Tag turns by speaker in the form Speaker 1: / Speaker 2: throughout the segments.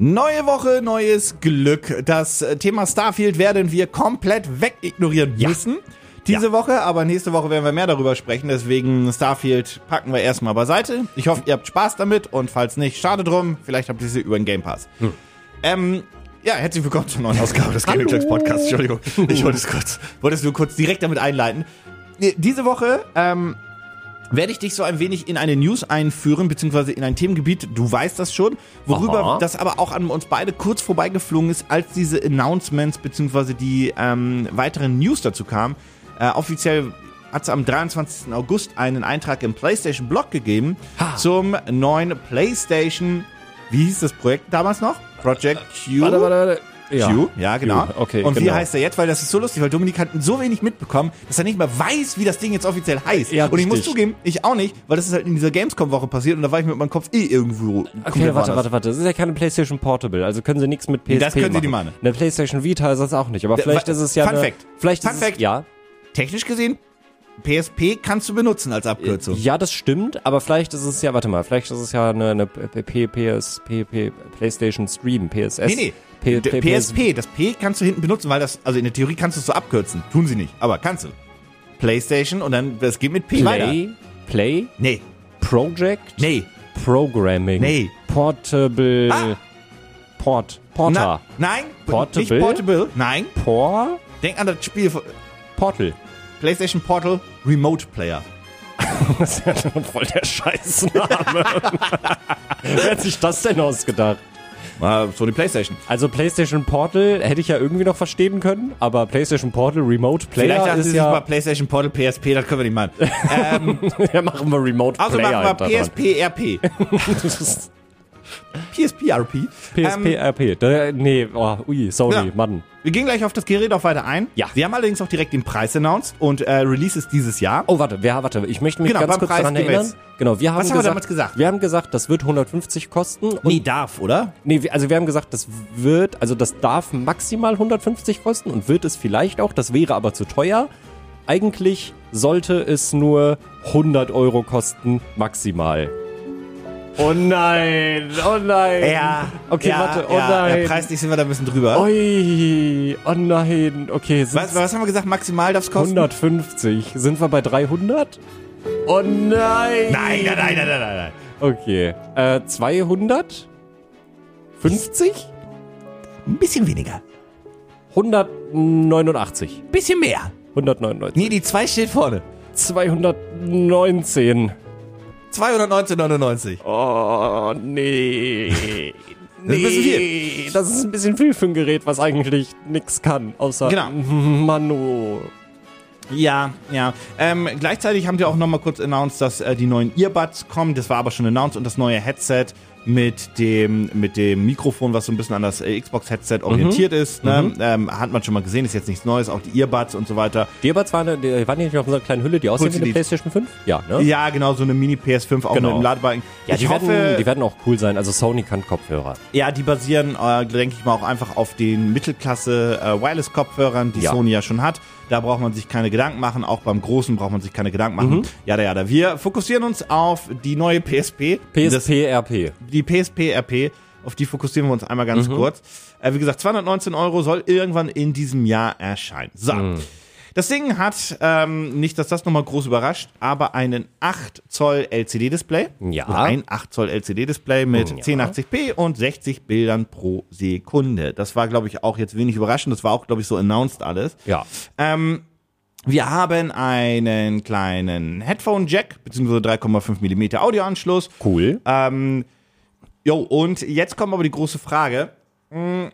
Speaker 1: Neue Woche, neues Glück. Das äh, Thema Starfield werden wir komplett wegignorieren
Speaker 2: Ja.
Speaker 1: müssen. Diese
Speaker 2: Ja.
Speaker 1: Woche, aber nächste Woche werden wir mehr darüber sprechen. Deswegen Starfield packen wir erstmal beiseite. Ich hoffe, ihr habt Spaß damit und falls nicht, schade drum. Vielleicht habt ihr sie über den Game Pass.
Speaker 2: Hm.
Speaker 1: Ähm, ja, herzlich willkommen zur neuen Ausgabe des Gaming Talks Podcast. Entschuldigung, ich wollte es kurz, wolltest du kurz direkt damit einleiten. Nee, Diese Woche ähm, werde ich dich so ein wenig in eine News einführen, beziehungsweise in ein Themengebiet, du weißt das schon, worüber
Speaker 2: Aha.
Speaker 1: das aber auch an uns beide kurz vorbeigeflogen ist, als diese Announcements, beziehungsweise die ähm, weiteren News dazu kamen. Äh, offiziell hat es am 23. August einen Eintrag im PlayStation-Blog gegeben zum neuen PlayStation, wie hieß das Projekt damals noch? Project Q?
Speaker 2: Warte, warte, warte. Ja,
Speaker 1: Q, ja, genau.
Speaker 2: Q, Okay,
Speaker 1: und wie
Speaker 2: genau.
Speaker 1: heißt er jetzt? Weil das ist so lustig, weil Dominik hat so wenig mitbekommen, dass er nicht mehr weiß, wie das Ding jetzt offiziell heißt.
Speaker 2: Ja,
Speaker 1: und ich muss
Speaker 2: richtig.
Speaker 1: zugeben, ich auch nicht, weil das ist halt in dieser Gamescom-Woche passiert und da war ich mit meinem Kopf eh irgendwo.
Speaker 2: Okay, warte, warte, warte. Das ist ja keine PlayStation Portable, also können sie nichts mit PSP
Speaker 1: Das können
Speaker 2: machen.
Speaker 1: sie die machen.
Speaker 2: Eine PlayStation Vita ist das auch nicht, aber
Speaker 1: Da-
Speaker 2: vielleicht
Speaker 1: wa-
Speaker 2: ist es ja
Speaker 1: Fun
Speaker 2: eine,
Speaker 1: Fact.
Speaker 2: Vielleicht
Speaker 1: Fun
Speaker 2: ist
Speaker 1: Fact.
Speaker 2: Es, ja,
Speaker 1: Technisch gesehen, PSP kannst du benutzen als Abkürzung.
Speaker 2: ja, das stimmt, aber vielleicht ist es ja, warte mal, vielleicht ist es ja eine, eine P- P- PS, P, P, PlayStation Stream, PSS.
Speaker 1: Nee, nee.
Speaker 2: P, P,
Speaker 1: PSP, das P kannst du hinten benutzen, weil das, also in der Theorie kannst du es so abkürzen. Tun sie nicht, aber kannst du. PlayStation und dann, das geht mit P weiter.
Speaker 2: Play, Play,
Speaker 1: Nee,
Speaker 2: Project,
Speaker 1: nee.
Speaker 2: Programming.
Speaker 1: Nee.
Speaker 2: Portable.
Speaker 1: Ah.
Speaker 2: Port. Porter.
Speaker 1: Na, nein,
Speaker 2: Portable?
Speaker 1: nicht Portable. Nein,
Speaker 2: Por?
Speaker 1: denk an das Spiel von
Speaker 2: Portal.
Speaker 1: PlayStation Portal Remote Player.
Speaker 2: Das ist ja schon voll der Scheißname. Wer hat sich das denn ausgedacht?
Speaker 1: Ah, Sony PlayStation.
Speaker 2: Also PlayStation Portal hätte ich ja irgendwie noch verstehen können, aber PlayStation Portal Remote
Speaker 1: Vielleicht
Speaker 2: Player
Speaker 1: dachten sie
Speaker 2: ist
Speaker 1: sich mal
Speaker 2: ja...
Speaker 1: PlayStation Portal PSP, das können wir nicht machen.
Speaker 2: ja, machen wir Remote
Speaker 1: Also
Speaker 2: Player.
Speaker 1: machen wir
Speaker 2: hinter
Speaker 1: PSP RP. PSP RP.
Speaker 2: dran. PSP,
Speaker 1: Ähm,
Speaker 2: RP. Da, nee, oh, ui, sorry,
Speaker 1: Ja.
Speaker 2: Mann.
Speaker 1: wir gehen gleich auf das Gerät auch weiter ein.
Speaker 2: Ja.
Speaker 1: Sie haben allerdings auch direkt den Preis announced und äh, Release ist dieses Jahr.
Speaker 2: Oh, warte, wer, warte, ich möchte mich
Speaker 1: Genau,
Speaker 2: ganz
Speaker 1: beim
Speaker 2: kurz
Speaker 1: Preis
Speaker 2: daran
Speaker 1: gehen wir
Speaker 2: erinnern.
Speaker 1: jetzt.
Speaker 2: Genau, wir haben,
Speaker 1: Was haben wir
Speaker 2: gesagt,
Speaker 1: damals gesagt?
Speaker 2: Wir haben gesagt, das wird 150 kosten und
Speaker 1: Nee, darf, oder?
Speaker 2: Nee, wir- also wir haben gesagt, das wird, also das darf maximal 150 kosten und wird es vielleicht auch, das wäre aber zu teuer. Eigentlich sollte es nur 100 Euro kosten, maximal. Oh nein, oh nein. Okay, warte, oh nein. Oh,
Speaker 1: Ja, preislich sind wir da ein bisschen drüber.
Speaker 2: Ui, oh nein. Okay,
Speaker 1: was,
Speaker 2: sind's
Speaker 1: was haben wir gesagt? Maximal darf es kosten?
Speaker 2: 150. Sind wir bei 300? Oh nein.
Speaker 1: Nein, nein, nein, nein, nein, nein.
Speaker 2: Okay, äh, 200? 50?
Speaker 1: Ein bisschen weniger.
Speaker 2: 189.
Speaker 1: Ein bisschen mehr.
Speaker 2: 199.
Speaker 1: Nee, die 2 steht vorne.
Speaker 2: 219.
Speaker 1: 219,99.
Speaker 2: Oh, nee.
Speaker 1: Das ist ein bisschen
Speaker 2: Nee, das ist ein bisschen viel für ein Gerät, was eigentlich nix kann, außer
Speaker 1: Genau.
Speaker 2: Manu.
Speaker 1: Ja, ja. Ähm, gleichzeitig haben sie auch nochmal kurz announced, dass äh, die neuen Earbuds kommen. Das war aber schon announced und das neue Headset mit dem, mit dem Mikrofon, was so ein bisschen an das äh,
Speaker 2: Mhm.
Speaker 1: Xbox-Headset orientiert ist. Ne? Ähm, hat man schon mal gesehen, ist jetzt nichts Neues. Auch die Earbuds und so weiter.
Speaker 2: Die aber zwar, eine, die waren die nicht auf so einer kleinen Hülle, die aussieht wie
Speaker 1: Cool,
Speaker 2: eine
Speaker 1: die-
Speaker 2: PlayStation 5? Ja, ne?
Speaker 1: Ja, genau, so eine Mini-PS5 auch
Speaker 2: Genau.
Speaker 1: mit dem Ladebalken.
Speaker 2: Ja, die,
Speaker 1: ich hoffe,
Speaker 2: werden, die werden auch cool sein. Also Sony kann Kopfhörer.
Speaker 1: ja, die basieren, äh, denke ich mal, auch einfach auf den Mittelklasse äh, Wireless-Kopfhörern, die
Speaker 2: Ja.
Speaker 1: Sony ja schon hat. Da braucht man sich keine Gedanken machen. Auch beim Großen braucht man sich keine Gedanken machen. Ja, da, ja, da. Wir fokussieren uns auf die neue PSP. Das
Speaker 2: PSP, RP.
Speaker 1: die PSP-RP, auf die fokussieren wir uns einmal ganz kurz. Äh, wie gesagt, 219 Euro soll irgendwann in diesem Jahr erscheinen. So. Das Ding hat, ähm, nicht, dass das nochmal groß überrascht, aber einen 8 Zoll LCD-Display.
Speaker 2: Ja.
Speaker 1: Oder Ein 8 Zoll LCD-Display mit 1080p und 60 Bildern pro Sekunde. Das war, glaube ich, auch jetzt wenig überraschend. Das war auch, glaube ich, so announced alles.
Speaker 2: Ja.
Speaker 1: Ähm, wir haben einen kleinen Headphone-Jack, beziehungsweise 3,5 mm Audioanschluss.
Speaker 2: Cool.
Speaker 1: Ähm, jo, und jetzt kommt aber die große Frage. Hm.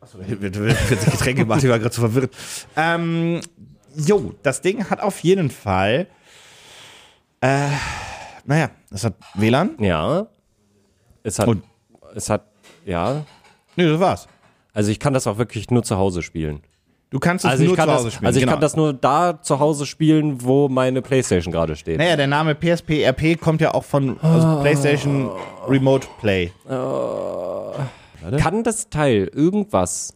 Speaker 1: Achso, Getränke gemacht, ich war gerade zu verwirrt. Ähm, jo, das Ding hat auf jeden Fall. Äh, naja, es hat WLAN.
Speaker 2: Ja. Es hat,
Speaker 1: Und-
Speaker 2: es hat, ja.
Speaker 1: Nö, das war's.
Speaker 2: Also ich kann das auch wirklich nur zu Hause spielen.
Speaker 1: Du kannst es
Speaker 2: Also
Speaker 1: nur
Speaker 2: ich, kann
Speaker 1: zu Hause
Speaker 2: das,
Speaker 1: spielen.
Speaker 2: also ich
Speaker 1: genau.
Speaker 2: kann das nur da zu Hause spielen, wo meine Playstation gerade steht.
Speaker 1: Naja, der Name PSP RP kommt ja auch von
Speaker 2: Ah.
Speaker 1: also PlayStation Remote Play.
Speaker 2: Kann das Teil irgendwas,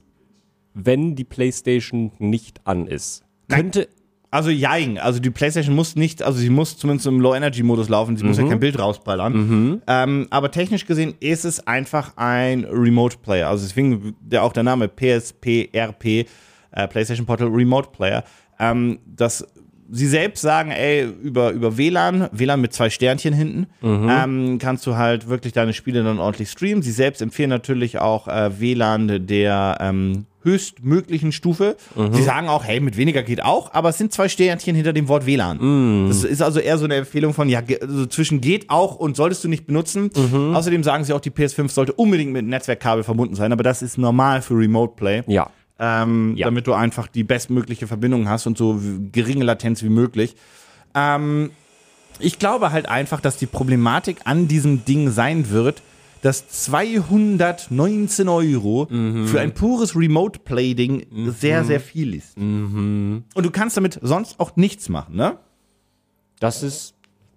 Speaker 2: wenn die Playstation nicht an ist? Könnte
Speaker 1: Also jein, also die PlayStation muss nicht, also sie muss zumindest im Low-Energy-Modus laufen, sie muss ja kein Bild rausballern. Ähm, aber technisch gesehen ist es einfach ein Remote-Player. Also deswegen der, auch der Name PSPRP, äh, PlayStation Portal Remote Player. Ähm, dass sie selbst sagen, ey, über, über WLAN, WLAN mit zwei Sternchen hinten, ähm, kannst du halt wirklich deine Spiele dann ordentlich streamen. Sie selbst empfehlen natürlich auch äh, WLAN der ähm, höchstmöglichen Stufe. Sie sagen auch, hey, mit weniger geht auch, aber es sind zwei Sternchen hinter dem Wort WLAN. Das ist also eher so eine Empfehlung von, ja, ge- also zwischen geht auch und solltest du nicht benutzen. Außerdem sagen sie auch, die PS5 sollte unbedingt mit Netzwerkkabel verbunden sein, aber das ist normal für Remote Play
Speaker 2: Ja.
Speaker 1: ähm,
Speaker 2: Ja.
Speaker 1: damit du einfach die bestmögliche Verbindung hast und so w- geringe Latenz wie möglich. Ähm, ich glaube halt einfach, dass die Problematik an diesem Ding sein wird, dass 219 Euro für ein pures Remote-Play-Ding sehr, sehr viel ist. Und du kannst damit sonst auch nichts machen, ne?
Speaker 2: Das ist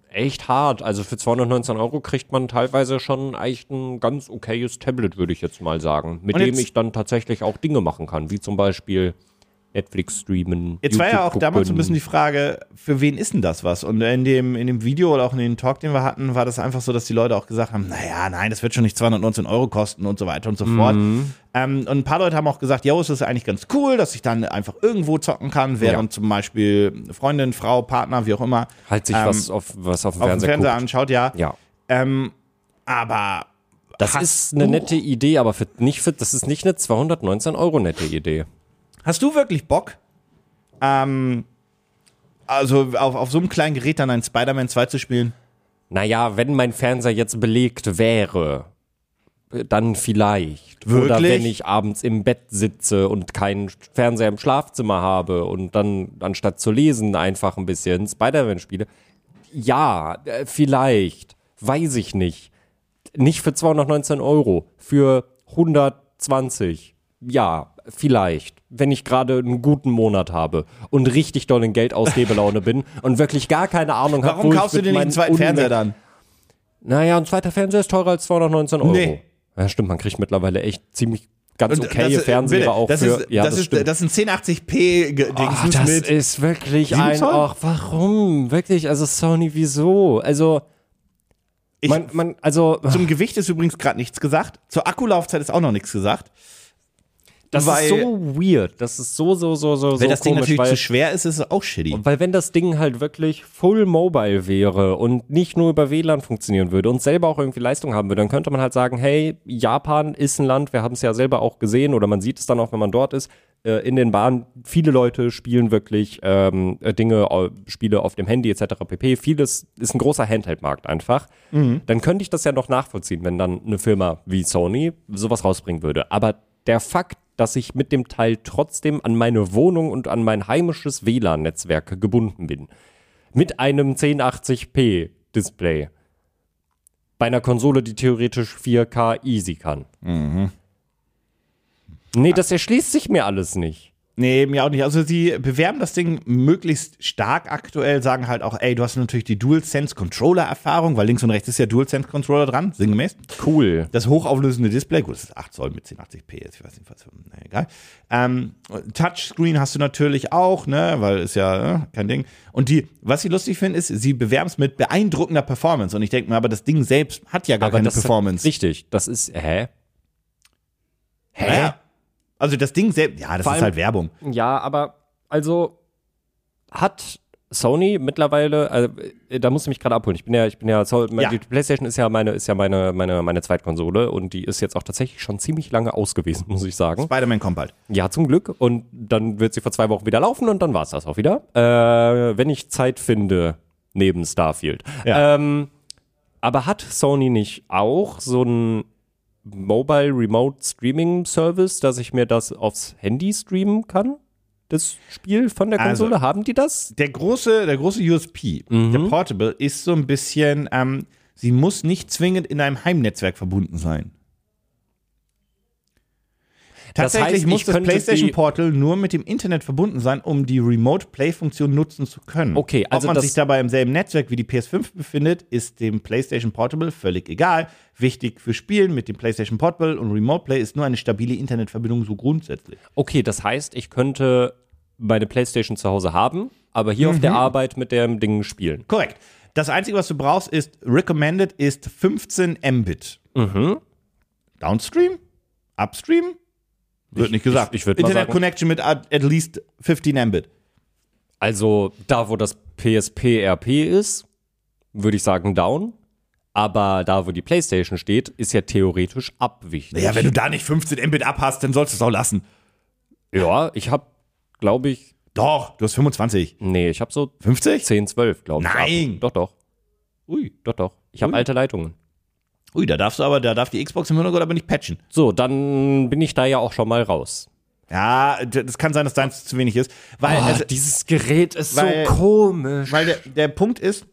Speaker 2: echt hart. Also für 219 Euro kriegt man teilweise schon echt ein ganz okayes Tablet, würde ich jetzt mal sagen. Mit
Speaker 1: Und
Speaker 2: dem
Speaker 1: jetzt-
Speaker 2: ich dann tatsächlich auch Dinge machen kann, wie zum Beispiel Netflix streamen.
Speaker 1: Jetzt war ja
Speaker 2: YouTube
Speaker 1: auch damals so ein
Speaker 2: gucken.
Speaker 1: bisschen die Frage, für wen ist denn das was? Und in dem, in dem Video oder auch in dem Talk, den wir hatten, war das einfach so, dass die Leute auch gesagt haben, naja, nein, das wird schon nicht 219 Euro kosten und so weiter und so fort.
Speaker 2: Mhm.
Speaker 1: Ähm, und ein paar Leute haben auch gesagt, yo, es ist eigentlich ganz cool, dass ich dann einfach irgendwo zocken kann, während zum Beispiel Freundin, Frau, Partner, wie auch immer,
Speaker 2: halt sich
Speaker 1: ähm,
Speaker 2: was auf was auf dem
Speaker 1: auf dem
Speaker 2: Fernseher,
Speaker 1: Fernseher
Speaker 2: guckt.
Speaker 1: anschaut, ja.
Speaker 2: Ja.
Speaker 1: Ähm, aber
Speaker 2: Das ist eine nette Idee, aber für, nicht für, das ist nicht eine 219 Euro nette Idee.
Speaker 1: Hast du wirklich Bock? Ähm, also auf, auf so einem kleinen Gerät dann ein Spider-Man 2 zu spielen?
Speaker 2: Naja, wenn mein Fernseher jetzt belegt wäre, dann vielleicht. Oder
Speaker 1: Wirklich?
Speaker 2: wenn ich abends im Bett sitze und keinen Fernseher im Schlafzimmer habe und dann anstatt zu lesen einfach ein bisschen Spider-Man spiele. Ja, äh, vielleicht. Weiß ich nicht. Nicht für 219 Euro, für 120. Ja, vielleicht. Wenn ich gerade einen guten Monat habe und richtig doll in Geldausgebelaune bin und wirklich gar keine Ahnung habe,
Speaker 1: Warum
Speaker 2: wo ich
Speaker 1: kaufst du
Speaker 2: mit
Speaker 1: dir nicht
Speaker 2: meinen
Speaker 1: einen zweiten Fernseher dann?
Speaker 2: Unmengen- naja, ein zweiter Fernseher ist teurer als 219 Euro.
Speaker 1: Nee.
Speaker 2: Ja, stimmt, man kriegt mittlerweile echt ziemlich ganz
Speaker 1: Und
Speaker 2: okaye
Speaker 1: das- äh,
Speaker 2: Fernseher
Speaker 1: bitte,
Speaker 2: auch
Speaker 1: das
Speaker 2: für.
Speaker 1: Ist,
Speaker 2: ja,
Speaker 1: das, Oh,
Speaker 2: das,
Speaker 1: ist,
Speaker 2: stimmt.
Speaker 1: das sind 1080p-Dings
Speaker 2: Ach, das
Speaker 1: mit.
Speaker 2: ist wirklich ein.
Speaker 1: Zoll?
Speaker 2: Ach, warum? Wirklich? Also, Sony, wieso? Also,
Speaker 1: Ich-
Speaker 2: man, man, also,
Speaker 1: Zum Gewicht ist übrigens gerade nichts gesagt. Zur Akkulaufzeit ist auch noch nichts gesagt.
Speaker 2: das
Speaker 1: weil-
Speaker 2: ist so weird. Das ist so, so, so, so, so
Speaker 1: Wenn das Ding
Speaker 2: komisch,
Speaker 1: natürlich
Speaker 2: weil
Speaker 1: zu schwer ist, ist es auch shitty.
Speaker 2: Weil wenn das Ding halt wirklich full mobile wäre und nicht nur über WLAN funktionieren würde und selber auch irgendwie Leistung haben würde, dann könnte man halt sagen, hey, Japan ist ein Land, wir haben es ja selber auch gesehen oder man sieht es dann auch, wenn man dort ist, äh, in den Bahnen, viele Leute spielen wirklich ähm, äh, Dinge, äh, Spiele auf dem Handy etc. pp. Vieles ist ein großer Handheld-Markt einfach. Dann könnte ich das ja noch nachvollziehen, wenn dann eine Firma wie Sony sowas rausbringen würde. Aber der Fakt, dass ich mit dem Teil trotzdem an meine Wohnung und an mein heimisches WLAN-Netzwerk gebunden bin. Mit einem 1080p Display. Bei einer Konsole, die theoretisch 4K easy kann. Nee, das erschließt sich mir alles nicht.
Speaker 1: Nee, mir auch nicht. Also sie bewerben das Ding möglichst stark aktuell, sagen halt auch, ey, du hast natürlich die DualSense-Controller-Erfahrung, weil links und rechts ist ja DualSense-Controller dran, sinngemäß.
Speaker 2: Cool.
Speaker 1: Das hochauflösende Display, gut, das ist 8 Zoll mit 1080p, jetzt, ich weiß nicht, was, na egal. Ähm, Touchscreen hast du natürlich auch, ne, weil ist ja äh, kein Ding. Und die, was sie lustig finden, ist, sie bewerben es mit beeindruckender Performance. Und ich denke mir, aber das Ding selbst hat ja gar keine
Speaker 2: das
Speaker 1: Performance.
Speaker 2: Richtig, das ist. Hä? Hä?
Speaker 1: Naja, also das Ding selbst, ja, das
Speaker 2: Vor
Speaker 1: ist
Speaker 2: allem-
Speaker 1: halt Werbung.
Speaker 2: Ja, aber also hat Sony mittlerweile, also, äh, da musst du mich gerade abholen. Ich bin ja, ich bin ja, so-
Speaker 1: Ja.
Speaker 2: die PlayStation ist ja meine, ist ja meine, meine, meine Zweitkonsole und die ist jetzt auch tatsächlich schon ziemlich lange aus gewesen, muss ich sagen.
Speaker 1: Spider-Man kommt bald.
Speaker 2: Ja, zum Glück. Und dann wird sie vor zwei Wochen wieder laufen und dann war's das auch wieder. Äh, wenn ich Zeit finde, neben Starfield.
Speaker 1: Ja.
Speaker 2: Ähm, aber hat Sony nicht auch so einen Mobile Remote Streaming Service, dass ich mir das aufs Handy streamen kann? Das Spiel von der
Speaker 1: Also-
Speaker 2: Konsole? Haben die das?
Speaker 1: Der große, der große USP, der
Speaker 2: Mhm.
Speaker 1: Portable, ist so ein bisschen, ähm, sie muss nicht zwingend in einem Heimnetzwerk verbunden sein.
Speaker 2: Das heißt,
Speaker 1: Tatsächlich
Speaker 2: ich
Speaker 1: muss das
Speaker 2: könnte
Speaker 1: PlayStation
Speaker 2: die-
Speaker 1: Portal nur mit dem Internet verbunden sein, um die Remote Play-Funktion nutzen zu können.
Speaker 2: Okay, also
Speaker 1: Ob man
Speaker 2: das-
Speaker 1: sich dabei im selben Netzwerk wie die PS5 befindet, ist dem PlayStation Portable völlig egal. Wichtig für Spielen mit dem PlayStation Portable und Remote Play ist nur eine stabile Internetverbindung so grundsätzlich.
Speaker 2: Okay, das heißt, ich könnte meine Playstation zu Hause haben, aber hier auf der Arbeit mit dem Ding spielen.
Speaker 1: Korrekt. Das Einzige, was du brauchst, ist recommended ist 15 Mbit. Mhm. Downstream? Upstream? Wird nicht gesagt.
Speaker 2: ich- ich würd mal
Speaker 1: Internet
Speaker 2: sagen-
Speaker 1: Connection mit at, at least 15 Mbit.
Speaker 2: Also da, wo das PSP-RP ist, würde ich sagen down. Aber da, wo die Playstation steht, ist ja theoretisch up wichtig.
Speaker 1: Ja, wenn du da nicht 15 Mbit abhast, dann sollst du es auch lassen.
Speaker 2: Ja, ich habe, glaube ich,
Speaker 1: Doch, du hast 25.
Speaker 2: nee, ich habe so
Speaker 1: 50?
Speaker 2: 10, 12, glaube ich. ab.
Speaker 1: Nein!
Speaker 2: Doch, doch. Ui, doch, doch. Ich habe alte Leitungen.
Speaker 1: Ui, da darfst du aber, da darf die Xbox im Hintergrund aber nicht patchen.
Speaker 2: So, dann bin ich da ja auch schon mal raus.
Speaker 1: Ja, d- das kann sein, dass deins zu wenig ist. Weil,
Speaker 2: Ah,
Speaker 1: es,
Speaker 2: dieses Gerät ist
Speaker 1: also weil-
Speaker 2: komisch.
Speaker 1: weil der, der Punkt ist,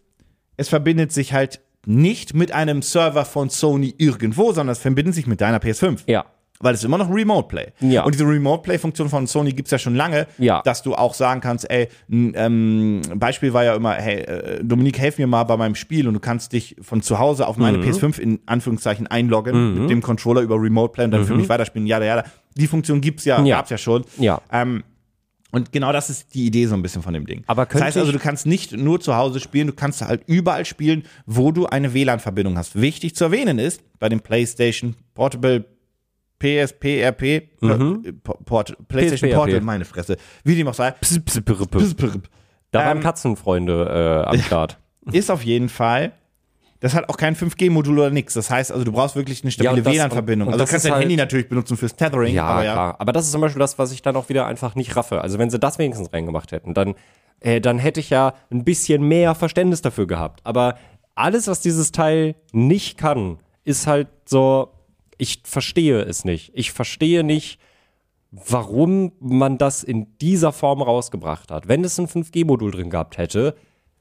Speaker 1: es verbindet sich halt nicht mit einem Server von Sony irgendwo, sondern es verbindet sich mit deiner PS5.
Speaker 2: ja.
Speaker 1: Weil es ist immer noch Remote Play.
Speaker 2: Ja.
Speaker 1: Und diese Remote Play-Funktion von Sony gibt's ja schon lange,
Speaker 2: Ja.
Speaker 1: dass du auch sagen kannst, ey, n, ähm, Beispiel war ja immer, hey, äh, Dominik, helf mir mal bei meinem Spiel und du kannst dich von zu Hause auf
Speaker 2: Mhm.
Speaker 1: meine PS5 in Anführungszeichen einloggen mit dem Controller über Remote Play und dann für mich weiterspielen, ja, ja, Die Funktion gibt's ja,
Speaker 2: Mhm. Ja.
Speaker 1: gab's ja schon.
Speaker 2: Ja.
Speaker 1: Ähm, und genau das ist die Idee so ein bisschen von dem Ding.
Speaker 2: Aber
Speaker 1: das
Speaker 2: könnte
Speaker 1: heißt also,
Speaker 2: ich-
Speaker 1: du kannst nicht nur zu Hause spielen, du kannst halt überall spielen, wo du eine WLAN-Verbindung hast. Wichtig zu erwähnen ist, bei dem PlayStation Portable PSP, RP,
Speaker 2: Mhm.
Speaker 1: äh, Port- Port, PlayStation
Speaker 2: PSP,
Speaker 1: Portal,
Speaker 2: RP.
Speaker 1: meine Fresse. Wie dem auch sei,
Speaker 2: Da waren
Speaker 1: Ähm,
Speaker 2: Katzenfreunde äh, am Start.
Speaker 1: ist auf jeden Fall, das hat auch kein 5G-Modul oder nix. Das heißt also, du brauchst wirklich eine
Speaker 2: Ja,
Speaker 1: stabile
Speaker 2: und das-
Speaker 1: WLAN-Verbindung.
Speaker 2: und
Speaker 1: Also du
Speaker 2: das
Speaker 1: kannst
Speaker 2: ist
Speaker 1: dein
Speaker 2: halt-
Speaker 1: Handy natürlich benutzen fürs Tethering,
Speaker 2: Ja,
Speaker 1: aber ja.
Speaker 2: klar. Aber das ist zum Beispiel das, was ich dann auch wieder einfach nicht raffe. Also wenn sie das wenigstens reingemacht hätten, dann, äh, dann hätte ich ja ein bisschen mehr Verständnis dafür gehabt. Aber alles, was dieses Teil nicht kann, ist halt so, ich verstehe es nicht. Ich verstehe nicht, warum man das in dieser Form rausgebracht hat. Wenn es ein 5G-Modul drin gehabt hätte,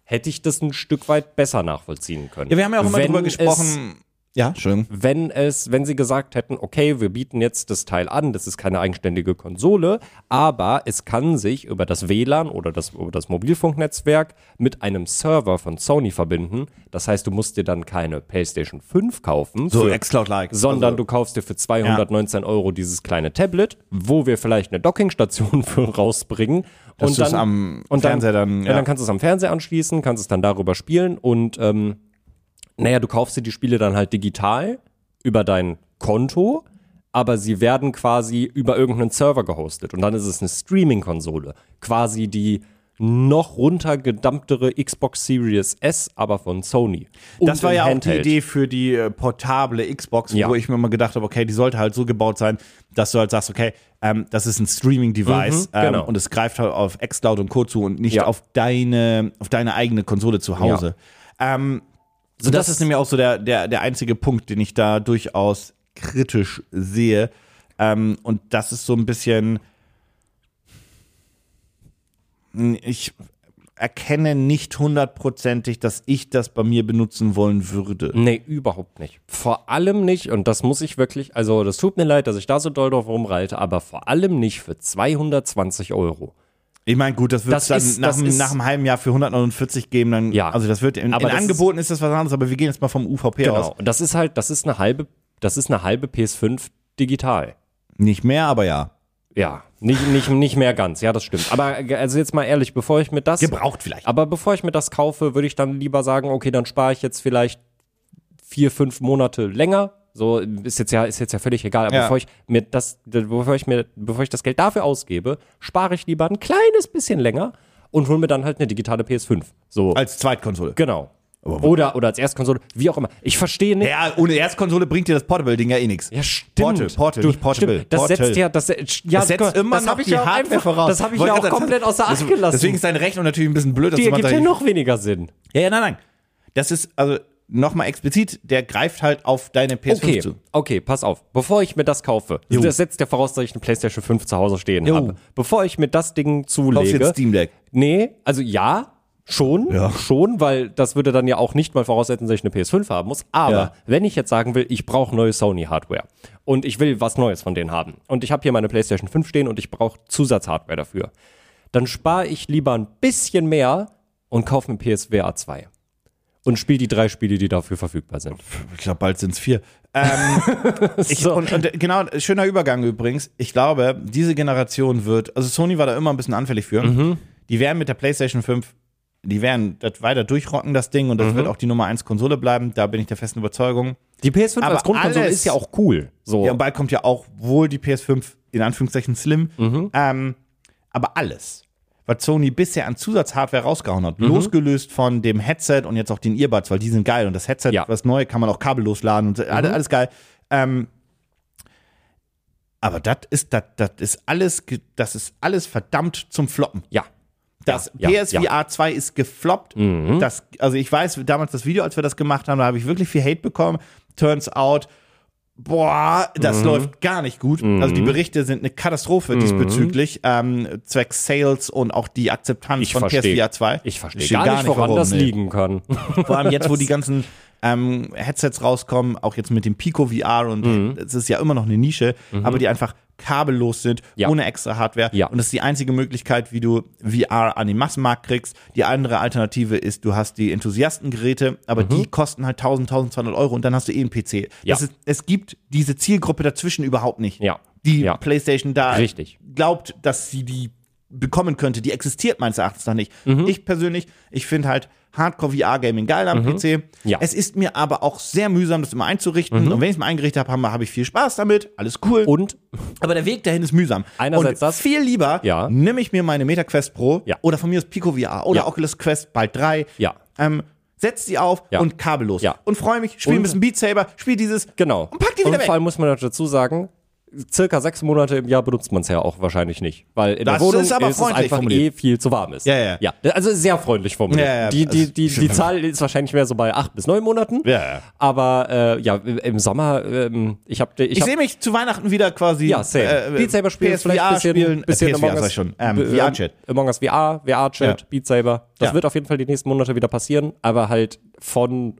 Speaker 2: hätte ich das ein Stück weit besser nachvollziehen können.
Speaker 1: ja. Wir haben ja auch immer
Speaker 2: Wenn
Speaker 1: drüber
Speaker 2: es-
Speaker 1: gesprochen. Ja, Entschuldigung.
Speaker 2: wenn es, wenn sie gesagt hätten, okay, wir bieten jetzt das Teil an, das ist keine eigenständige Konsole, aber es kann sich über das WLAN oder das, über das Mobilfunknetzwerk mit einem Server von Sony verbinden. Das heißt, du musst dir dann keine PlayStation 5 kaufen,
Speaker 1: So,
Speaker 2: für-
Speaker 1: Xcloud-like.
Speaker 2: sondern du kaufst dir für 219 Euro dieses kleine Tablet, wo wir vielleicht eine Dockingstation für rausbringen.
Speaker 1: Dass du es am
Speaker 2: und dann,
Speaker 1: Fernseher dann,
Speaker 2: ja.
Speaker 1: ja.
Speaker 2: dann kannst du es am Fernseher anschließen, kannst es dann darüber spielen und ähm, naja, du kaufst dir die Spiele dann halt digital über dein Konto, aber sie werden quasi über irgendeinen Server gehostet. Und dann ist es eine Streaming-Konsole. Quasi die noch runtergedampftere Xbox Series S, aber von Sony. Und
Speaker 1: Das war
Speaker 2: im
Speaker 1: ja auch die
Speaker 2: Handheld.
Speaker 1: Idee für die äh, portable Xbox,
Speaker 2: Ja.
Speaker 1: wo ich mir mal gedacht habe, okay, die sollte halt so gebaut sein, dass du halt sagst, okay, ähm, das ist ein Streaming-Device
Speaker 2: Mhm, genau.
Speaker 1: ähm, und es greift halt auf Xcloud und Co. zu und nicht
Speaker 2: Ja.
Speaker 1: auf, deine, auf deine eigene Konsole zu Hause. Ähm, so das,
Speaker 2: das-
Speaker 1: ist nämlich auch so der, der, der einzige Punkt, den ich da durchaus kritisch sehe. Ähm, und das ist so ein bisschen. hm, Ich erkenne nicht hundertprozentig, dass ich das bei mir benutzen wollen würde.
Speaker 2: Nee, überhaupt nicht. Vor allem nicht, und das muss ich wirklich, also das tut mir leid, dass ich da so doll drauf rumreite, aber vor allem nicht für 220 Euro.
Speaker 1: Ich meine, gut, das wird es
Speaker 2: Das
Speaker 1: dann
Speaker 2: ist-
Speaker 1: nach,
Speaker 2: das
Speaker 1: einem-
Speaker 2: ist-
Speaker 1: nach einem halben Jahr für 149 geben. Dann,
Speaker 2: Ja.
Speaker 1: Also das wird in,
Speaker 2: Aber
Speaker 1: in
Speaker 2: das
Speaker 1: Angeboten ist das was anderes, aber wir gehen jetzt mal vom UVP aus.
Speaker 2: Und das ist halt, das ist eine halbe, das ist eine halbe PS5 digital.
Speaker 1: Nicht mehr, aber ja.
Speaker 2: Ja, nicht, nicht, nicht mehr ganz, ja, das stimmt. Aber äh, also jetzt mal ehrlich, bevor ich mir das.
Speaker 1: Gebraucht vielleicht.
Speaker 2: Aber bevor ich mir das kaufe, würde ich dann lieber sagen, okay, dann spare ich jetzt vielleicht vier, fünf Monate länger. So ist jetzt ja, ist jetzt ja völlig egal. Aber
Speaker 1: Ja.
Speaker 2: bevor ich mir das, bevor ich mir, bevor ich das Geld dafür ausgebe, spare ich lieber ein kleines bisschen länger und hole mir dann halt eine digitale PS5. So,
Speaker 1: Als Zweitkonsole.
Speaker 2: genau. Oder, oder als Erstkonsole, wie auch immer. Ich verstehe nicht.
Speaker 1: Ja, ohne Erstkonsole bringt dir das Portable-Ding ja eh nichts.
Speaker 2: Ja, stimmt.
Speaker 1: Portal, Portal,
Speaker 2: Du,
Speaker 1: nicht Portable.
Speaker 2: Stimmt. Das
Speaker 1: Portal.
Speaker 2: setzt ja, das, se- ja,
Speaker 1: das setzt immer
Speaker 2: das
Speaker 1: noch
Speaker 2: hab ich
Speaker 1: die
Speaker 2: ja
Speaker 1: Hardware
Speaker 2: einfach,
Speaker 1: voraus.
Speaker 2: Das habe ich
Speaker 1: Wollte
Speaker 2: ja auch
Speaker 1: gerade sagen,
Speaker 2: komplett außer Acht
Speaker 1: das-
Speaker 2: gelassen.
Speaker 1: Deswegen ist deine Rechnung natürlich ein bisschen blöd. dass
Speaker 2: die
Speaker 1: du mal
Speaker 2: ergibt ja
Speaker 1: sagst,
Speaker 2: noch weniger Sinn.
Speaker 1: Ja, ja, nein, nein. Das ist, also nochmal explizit, der greift halt auf deine PS5
Speaker 2: Okay,
Speaker 1: zu.
Speaker 2: okay, pass auf. Bevor ich mir das kaufe, das setzt ja voraus, dass ich eine PlayStation 5 zu Hause stehen habe. Bevor ich mir das Ding
Speaker 1: Kaufst
Speaker 2: zulege.
Speaker 1: jetzt Steam Deck.
Speaker 2: nee, also ja, schon,
Speaker 1: Ja.
Speaker 2: schon, weil das würde dann ja auch nicht mal voraussetzen, dass ich eine PS5 haben muss. Aber
Speaker 1: Ja.
Speaker 2: wenn ich jetzt sagen will, ich brauche neue Sony-Hardware und ich will was Neues von denen haben und ich habe hier meine PlayStation 5 stehen und ich brauche Zusatzhardware dafür, dann spare ich lieber ein bisschen mehr und kaufe mir PSVR 2. und spiel die drei Spiele, die dafür verfügbar sind.
Speaker 1: Ich glaube, bald sind es vier. Ähm, ich,
Speaker 2: So.
Speaker 1: und, und genau, schöner Übergang übrigens. Ich glaube, diese Generation wird, also Sony war da immer ein bisschen anfällig für. Die werden mit der PlayStation 5, die werden das weiter durchrocken, das Ding, und das wird auch die Nummer 1 Konsole bleiben. Da bin ich der festen Überzeugung.
Speaker 2: Die PS5
Speaker 1: Aber
Speaker 2: als Grundkonsole
Speaker 1: alles-
Speaker 2: ist ja auch cool. So.
Speaker 1: Ja, und bald kommt ja auch wohl die PS5, in Anführungszeichen Slim.
Speaker 2: Mhm.
Speaker 1: Ähm, aber alles, was Sony bisher an Zusatzhardware rausgehauen
Speaker 2: Mhm.
Speaker 1: hat, losgelöst von dem Headset und jetzt auch den Earbuds, weil die sind geil und das Headset,
Speaker 2: Ja. Mhm.
Speaker 1: was neu, kann man auch kabellos laden und so, alles, alles geil. Ähm, aber das ist, das, das ist alles, ge- das ist alles verdammt zum Floppen.
Speaker 2: ja.
Speaker 1: Das
Speaker 2: Ja, ja, Mhm.
Speaker 1: PSVR 2 ist gefloppt. Das, also ich weiß, damals das Video, als wir das gemacht haben, da habe ich wirklich viel Hate bekommen. Turns out, boah,
Speaker 2: Mhm.
Speaker 1: das läuft gar nicht gut. Also die Berichte sind eine Katastrophe diesbezüglich, ähm, zwecks Sales und auch die Akzeptanz
Speaker 2: Ich
Speaker 1: von
Speaker 2: verstehe.
Speaker 1: PSVR 2.
Speaker 2: Ich verstehe
Speaker 1: Verstehe
Speaker 2: gar, nicht, woran
Speaker 1: warum,
Speaker 2: das
Speaker 1: nee.
Speaker 2: liegen kann.
Speaker 1: Vor allem jetzt, wo die ganzen ähm, Headsets rauskommen, auch jetzt mit dem Pico VR und
Speaker 2: Mhm.
Speaker 1: es ist ja immer noch eine Nische, aber die einfach kabellos sind,
Speaker 2: Ja.
Speaker 1: ohne extra Hardware.
Speaker 2: Ja.
Speaker 1: Und das ist die einzige Möglichkeit, wie du VR an den Massenmarkt kriegst. Die andere Alternative ist, du hast die Enthusiastengeräte, aber die kosten halt 1000, 1200 Euro und dann hast du eh einen PC.
Speaker 2: Mhm. Ja.
Speaker 1: Das ist, es gibt diese Zielgruppe dazwischen überhaupt nicht.
Speaker 2: Ja.
Speaker 1: Die
Speaker 2: Ja.
Speaker 1: PlayStation da
Speaker 2: Richtig.
Speaker 1: glaubt, dass sie die bekommen könnte. Die existiert meines Erachtens noch nicht.
Speaker 2: Mhm.
Speaker 1: Ich persönlich, ich finde halt Hardcore VR Gaming geil am PC.
Speaker 2: Ja. Mhm.
Speaker 1: Es ist mir aber auch sehr mühsam, das immer einzurichten. Und wenn ich es mal eingerichtet habe, habe hab ich viel Spaß damit. Alles cool.
Speaker 2: Und
Speaker 1: aber der Weg dahin ist mühsam.
Speaker 2: Einerseits
Speaker 1: Und
Speaker 2: das.
Speaker 1: viel lieber
Speaker 2: Ja.
Speaker 1: nehme ich mir meine MetaQuest Pro
Speaker 2: Ja.
Speaker 1: oder von mir ist Pico VR oder
Speaker 2: Ja.
Speaker 1: Oculus Quest bald 3.
Speaker 2: Ja.
Speaker 1: Ähm, setz die auf
Speaker 2: Ja.
Speaker 1: und kabellos.
Speaker 2: Ja.
Speaker 1: Und freue mich, spiele ein
Speaker 2: Und-
Speaker 1: bisschen Beat Saber, spiele dieses.
Speaker 2: genau.
Speaker 1: Und pack die wieder
Speaker 2: Und
Speaker 1: weg.
Speaker 2: vor allem muss man dazu sagen, circa sechs Monate im Jahr benutzt man es ja auch wahrscheinlich nicht. Weil in
Speaker 1: Das
Speaker 2: der Wohnung
Speaker 1: ist aber
Speaker 2: es
Speaker 1: freundlich
Speaker 2: einfach
Speaker 1: formuliert.
Speaker 2: eh viel zu warm ist.
Speaker 1: Ja, ja.
Speaker 2: ja. Also sehr freundlich formuliert.
Speaker 1: Ja, ja,
Speaker 2: die,
Speaker 1: also
Speaker 2: die, die, die
Speaker 1: stimmt.
Speaker 2: Zahl ist wahrscheinlich mehr so bei acht bis neun Monaten.
Speaker 1: Ja.
Speaker 2: Aber äh, ja, im Sommer, ähm, ich habe ich
Speaker 1: Ich
Speaker 2: hab,
Speaker 1: sehe mich zu Weihnachten wieder quasi.
Speaker 2: Ja, same.
Speaker 1: Äh,
Speaker 2: Beat Saber spielen, vielleicht ein
Speaker 1: PSVR
Speaker 2: bisschen,
Speaker 1: spielen,
Speaker 2: bisschen
Speaker 1: äh,
Speaker 2: Among
Speaker 1: PSVR sag
Speaker 2: Us,
Speaker 1: ich schon. Ähm,
Speaker 2: äh,
Speaker 1: VR-Chat.
Speaker 2: Among Us VR, VR-Chat,
Speaker 1: Ja.
Speaker 2: Beat Saber. Das
Speaker 1: Ja.
Speaker 2: wird auf jeden Fall die nächsten Monate wieder passieren, aber halt von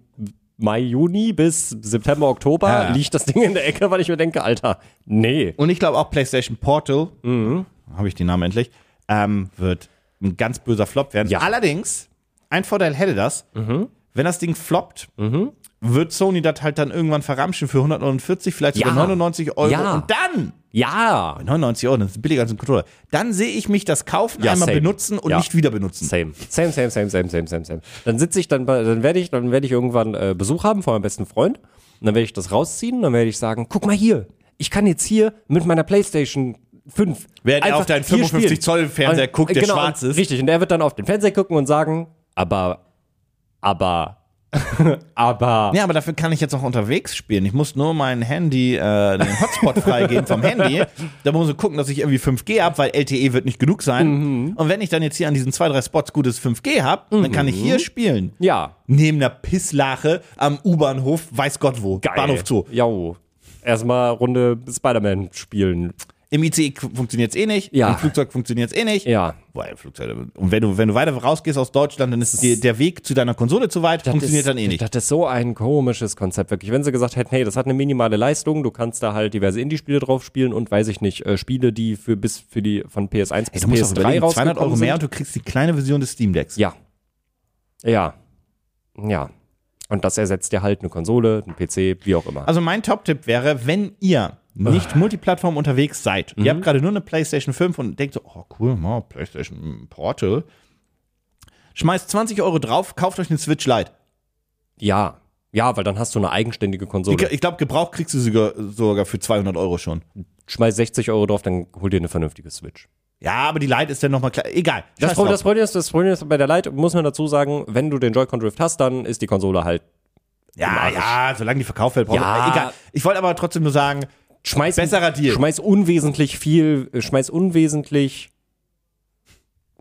Speaker 2: Mai, Juni bis September, Oktober
Speaker 1: Ja, ja.
Speaker 2: liegt das Ding in der Ecke, weil ich mir denke, Alter, nee.
Speaker 1: Und ich glaube auch PlayStation Portal,
Speaker 2: Mhm.
Speaker 1: habe ich den Namen endlich, ähm, wird ein ganz böser Flop werden.
Speaker 2: Ja. Mhm.
Speaker 1: Allerdings, ein Vorteil hätte das, wenn das Ding floppt, wird Sony das halt dann irgendwann verramschen für 149, vielleicht
Speaker 2: Ja.
Speaker 1: sogar 99 Euro.
Speaker 2: Ja.
Speaker 1: Und dann,
Speaker 2: Ja,
Speaker 1: 99 Euro, das ist billiger als ein Controller, dann sehe ich mich das kaufen,
Speaker 2: Ja,
Speaker 1: einmal
Speaker 2: same.
Speaker 1: benutzen und
Speaker 2: Ja.
Speaker 1: nicht wieder benutzen.
Speaker 2: same. Same, same, same, same, same, same, same. Dann sitze ich, dann, bei- dann werde ich, dann werde ich irgendwann äh, Besuch haben von meinem besten Freund. Und dann werde ich das rausziehen, dann werde ich sagen, guck mal hier, ich kann jetzt hier mit meiner Playstation 5
Speaker 1: Während er
Speaker 2: einfach
Speaker 1: auf deinen
Speaker 2: hier
Speaker 1: 55
Speaker 2: spielen.
Speaker 1: Zoll Fernseher
Speaker 2: Und-
Speaker 1: guckt, der
Speaker 2: genau,
Speaker 1: schwarz
Speaker 2: und-
Speaker 1: ist.
Speaker 2: Richtig, und der wird dann auf den Fernseher gucken und sagen, aber, aber, aber,
Speaker 1: Ja, aber dafür kann ich jetzt auch unterwegs spielen. Ich muss nur mein Handy, äh, den Hotspot freigeben vom Handy. Da muss ich gucken, dass ich irgendwie 5G hab, weil LTE wird nicht genug sein.
Speaker 2: Mhm.
Speaker 1: Und wenn ich dann jetzt hier an diesen zwei, drei Spots gutes 5G hab, dann kann ich
Speaker 2: Mhm.
Speaker 1: hier spielen.
Speaker 2: ja,
Speaker 1: Neben einer Pisslache am U-Bahnhof, weiß Gott wo,
Speaker 2: geil.
Speaker 1: Bahnhof Zoo.
Speaker 2: Jau. Erstmal Runde Spider-Man spielen.
Speaker 1: Im ICE funktioniert's eh nicht,
Speaker 2: Ja.
Speaker 1: im Flugzeug funktioniert's eh nicht.
Speaker 2: Ja.
Speaker 1: Boah, im Flugzeug. Und wenn du, wenn du weiter rausgehst aus Deutschland, dann ist dir der Weg zu deiner Konsole zu weit, funktioniert
Speaker 2: ist,
Speaker 1: dann eh nicht.
Speaker 2: Das ist so ein komisches Konzept, wirklich. Wenn sie gesagt hätten, hey, das hat eine minimale Leistung, du kannst da halt diverse Indie-Spiele drauf spielen und weiß ich nicht, äh, Spiele, die für bis für die von PS1 bis
Speaker 1: Du musst auch
Speaker 2: PS3
Speaker 1: überlegen, 200 Euro
Speaker 2: rausgekommen
Speaker 1: mehr und
Speaker 2: sind.
Speaker 1: du kriegst die kleine Version des Steam Decks.
Speaker 2: Ja. Ja. Ja. Und das ersetzt dir halt eine Konsole, einen PC, wie auch immer.
Speaker 1: Also mein Top-Tipp wäre, wenn ihr nicht multiplattform unterwegs seid, ihr
Speaker 2: Mhm.
Speaker 1: habt gerade nur eine PlayStation 5 und denkt so, oh cool, mal PlayStation Portal, schmeißt 20 Euro drauf, kauft euch eine Switch Lite.
Speaker 2: ja. Ja, weil dann hast du eine eigenständige Konsole.
Speaker 1: Ich, ich glaube, Gebrauch kriegst du sogar, sogar für 200 Euro schon.
Speaker 2: Schmeiß 60 Euro drauf, dann hol dir eine vernünftige Switch.
Speaker 1: Ja, aber die Lite ist dann nochmal klar. Egal.
Speaker 2: Das,
Speaker 1: Scheiß
Speaker 2: Problem,
Speaker 1: drauf.
Speaker 2: das, Problem ist, das Problem ist bei der Lite, muss man dazu sagen, wenn du den Joy-Con-Drift hast, dann ist die Konsole halt.
Speaker 1: ja, ja, solange die verkauft wird, braucht
Speaker 2: Ja.
Speaker 1: egal. Ich wollte aber trotzdem nur sagen,
Speaker 2: Schmeiß,
Speaker 1: Besserer Deal.
Speaker 2: Schmeiß unwesentlich viel, äh, schmeiß unwesentlich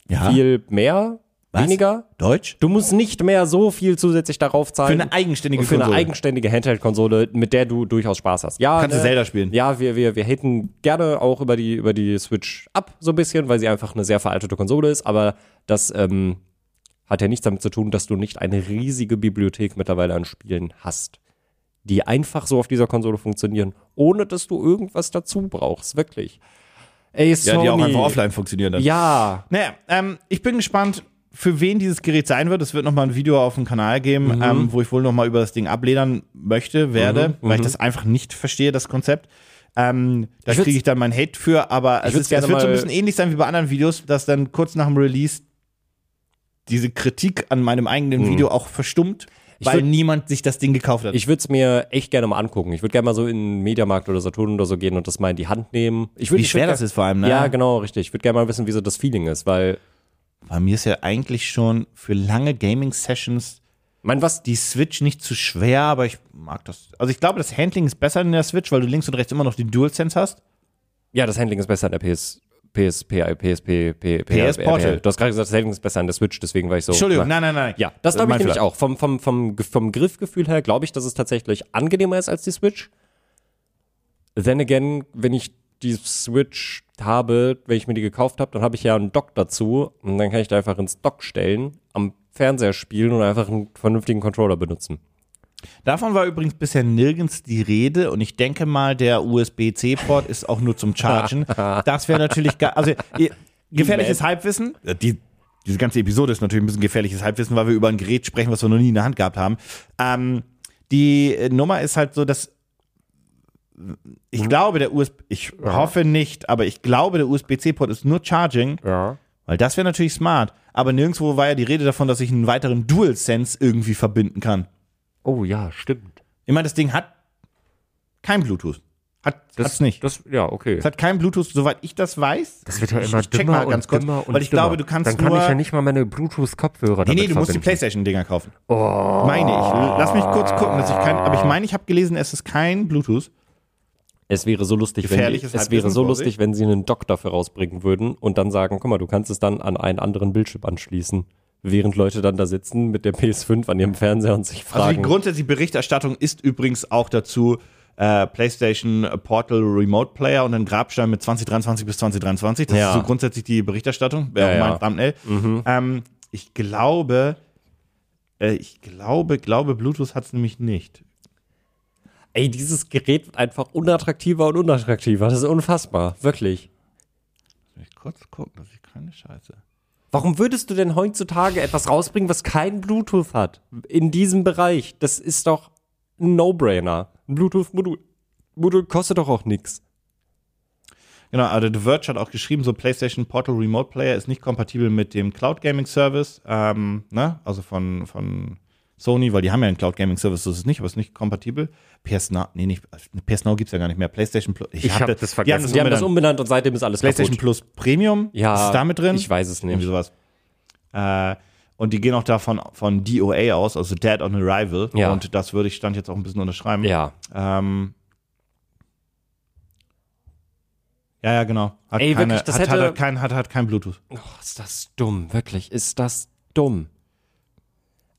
Speaker 1: ja,
Speaker 2: viel mehr,
Speaker 1: Was?
Speaker 2: weniger.
Speaker 1: Deutsch?
Speaker 2: Du musst nicht mehr so viel zusätzlich darauf
Speaker 1: Für
Speaker 2: zahlen.
Speaker 1: eine eigenständige
Speaker 2: für eine
Speaker 1: Konsole.
Speaker 2: eigenständige Handheld-Konsole, mit der du durchaus Spaß hast. Ja, ne,
Speaker 1: Kannst du Zelda spielen.
Speaker 2: Ja, wir, wir, wir haten gerne auch über die, über die Switch ab, so ein bisschen, weil sie einfach eine sehr veraltete Konsole ist, aber das ähm, hat ja nichts damit zu tun, dass du nicht eine riesige Bibliothek mittlerweile an Spielen hast, die einfach so auf dieser Konsole funktionieren, ohne dass du irgendwas dazu brauchst, wirklich. Ey,
Speaker 1: ja,
Speaker 2: Sony.
Speaker 1: die auch einfach offline funktionieren dann.
Speaker 2: Ja,
Speaker 1: Naja, ähm, ich bin gespannt. für wen dieses Gerät sein wird. Es wird nochmal ein Video auf dem Kanal geben,
Speaker 2: Mhm.
Speaker 1: ähm, wo ich wohl nochmal über das Ding abledern möchte, werde, weil ich das einfach nicht verstehe, das Konzept. Ähm, da
Speaker 2: mhm. Ich würd's-
Speaker 1: kriege ich dann meinen Hate für, aber es,
Speaker 2: würd's
Speaker 1: ist, es
Speaker 2: gerne
Speaker 1: wird so ein
Speaker 2: mal-
Speaker 1: bisschen ähnlich sein wie bei anderen Videos, dass dann kurz nach dem Release diese Kritik an meinem eigenen Video auch verstummt, weil
Speaker 2: Mhm. würd-
Speaker 1: niemand sich das Ding gekauft hat.
Speaker 2: Ich würde es mir echt gerne mal angucken. Ich würde gerne mal so in den Mediamarkt oder Saturn oder so gehen und das mal in die Hand nehmen. Ich würd,
Speaker 1: wie
Speaker 2: ich
Speaker 1: schwer
Speaker 2: würd
Speaker 1: das
Speaker 2: ge-
Speaker 1: ist vor allem, ne?
Speaker 2: Ja, genau, richtig. Ich würde gerne mal wissen, wie so das Feeling ist, weil,
Speaker 1: Bei mir ist ja eigentlich schon für lange Gaming-Sessions
Speaker 2: mein, was die.
Speaker 1: die Switch nicht zu schwer, aber ich mag das. Also ich glaube, das Handling ist besser in der Switch, weil du links und rechts immer noch den DualSense hast.
Speaker 2: Ja, das Handling ist besser an der PS. PSP, PSP, P,
Speaker 1: PS Portal.
Speaker 2: Du hast gerade gesagt, das Handling ist besser an der Switch, deswegen war ich so.
Speaker 1: Entschuldigung,
Speaker 2: na,
Speaker 1: nein, nein, nein.
Speaker 2: Ja, das glaube ich
Speaker 1: Mein
Speaker 2: nämlich
Speaker 1: Fehler.
Speaker 2: auch. Vom, vom, vom, vom Griffgefühl her glaube ich, dass es tatsächlich angenehmer ist als die Switch. Then again, wenn ich die Switch habe, wenn ich mir die gekauft habe, dann habe ich ja einen Dock dazu und dann kann ich da einfach ins Dock stellen, am Fernseher spielen und einfach einen vernünftigen Controller benutzen.
Speaker 1: Davon war übrigens bisher nirgends die Rede und ich denke mal, der USB-C-Port ist auch nur zum Chargen. Das wäre natürlich ge also ihr- gefährliches Halbwissen. Äh, Die, diese ganze Episode ist natürlich ein bisschen gefährliches Halbwissen, weil wir über ein Gerät sprechen, was wir noch nie in der Hand gehabt haben. Ähm, die äh, Nummer ist halt so, dass ich glaube, der USB, ich hoffe nicht, aber ich glaube, der USB-C-Port ist nur Charging.
Speaker 2: Ja.
Speaker 1: Weil das wäre natürlich smart. Aber nirgendwo war ja die Rede davon, dass ich einen weiteren DualSense irgendwie verbinden kann.
Speaker 2: Oh ja, stimmt.
Speaker 1: Ich meine, das Ding hat kein Bluetooth. Hat es nicht.
Speaker 2: Das, ja, okay.
Speaker 1: Es hat kein Bluetooth, soweit ich das weiß.
Speaker 3: Das wird ja
Speaker 1: Ich
Speaker 3: immer
Speaker 1: check
Speaker 3: dümmer
Speaker 1: mal ganz
Speaker 3: und
Speaker 1: kurz,
Speaker 3: dümmer und
Speaker 1: weil ich
Speaker 3: dümmer.
Speaker 1: glaube, du kannst
Speaker 3: Dann kann
Speaker 1: nur-
Speaker 3: ich ja nicht mal meine Bluetooth-Kopfhörer
Speaker 1: Nee,
Speaker 3: damit
Speaker 1: nee, du musst die
Speaker 3: verbinden. Oh.
Speaker 1: PlayStation-Dinger kaufen. Meine ich. Lass mich kurz gucken, dass ich kein. Aber ich meine, ich habe gelesen, es ist kein Bluetooth.
Speaker 2: Es wäre so lustig, wenn die,
Speaker 1: Gefährliches
Speaker 2: es wäre
Speaker 1: Halbwissen,
Speaker 2: so
Speaker 1: Vorsicht.
Speaker 2: lustig, wenn sie einen Dock dafür rausbringen würden und dann sagen, guck mal, du kannst es dann an einen anderen Bildschirm anschließen, während Leute dann da sitzen mit der PS5 an ihrem Fernseher und sich
Speaker 1: Also die
Speaker 2: fragen.
Speaker 1: grundsätzliche Berichterstattung ist übrigens auch dazu äh, PlayStation Portal Remote Player und ein Grabstein mit 2023 bis 2023. Das
Speaker 2: Ja.
Speaker 1: ist so grundsätzlich die Berichterstattung. Wäre
Speaker 2: Ja,
Speaker 1: auch
Speaker 2: ja. Mhm.
Speaker 1: mein Thumbnail. Ähm, ich glaube, äh, ich glaube, glaube, Bluetooth hat es nämlich nicht.
Speaker 2: ey, dieses Gerät wird einfach unattraktiver und unattraktiver. Das ist unfassbar, wirklich.
Speaker 1: Lass mich kurz gucken, dass ich keine Scheiße.
Speaker 2: Warum würdest du denn heutzutage etwas rausbringen, was kein Bluetooth hat? In diesem Bereich. Das ist doch ein No-Brainer. Ein Bluetooth-Modul Modul kostet doch auch nichts.
Speaker 1: Genau, also The Verge hat auch geschrieben, so PlayStation Portal Remote Player ist nicht kompatibel mit dem Cloud Gaming Service, ähm, ne? also von, von Sony, weil die haben ja einen Cloud Gaming Service, das ist es nicht, aber es ist nicht kompatibel. PS Now, nee, nicht, äh, PS Now gibt's ja gar nicht mehr. PlayStation Plus,
Speaker 3: Ich hab das
Speaker 1: Die haben
Speaker 3: vergessen.
Speaker 1: das,
Speaker 2: Die haben das
Speaker 1: umbenannt.
Speaker 2: umbenannt und seitdem ist alles
Speaker 1: PlayStation
Speaker 2: kaputt.
Speaker 1: Plus Premium,
Speaker 2: Ja,
Speaker 1: ist es damit drin?
Speaker 2: ich weiß es nicht.
Speaker 1: Irgendwie sowas. Äh, und die gehen auch davon von DOA aus, also Dead on Arrival.
Speaker 2: Ja.
Speaker 1: Und das würde ich stand jetzt auch ein bisschen unterschreiben.
Speaker 2: Ja.
Speaker 1: Ähm, ja, ja, genau. Hat
Speaker 2: Ey,
Speaker 1: keine,
Speaker 2: wirklich, das
Speaker 1: hat,
Speaker 2: hätte-
Speaker 1: hat, hat, kein, hat, hat kein Bluetooth.
Speaker 2: Oh, ist das dumm, wirklich, ist das dumm.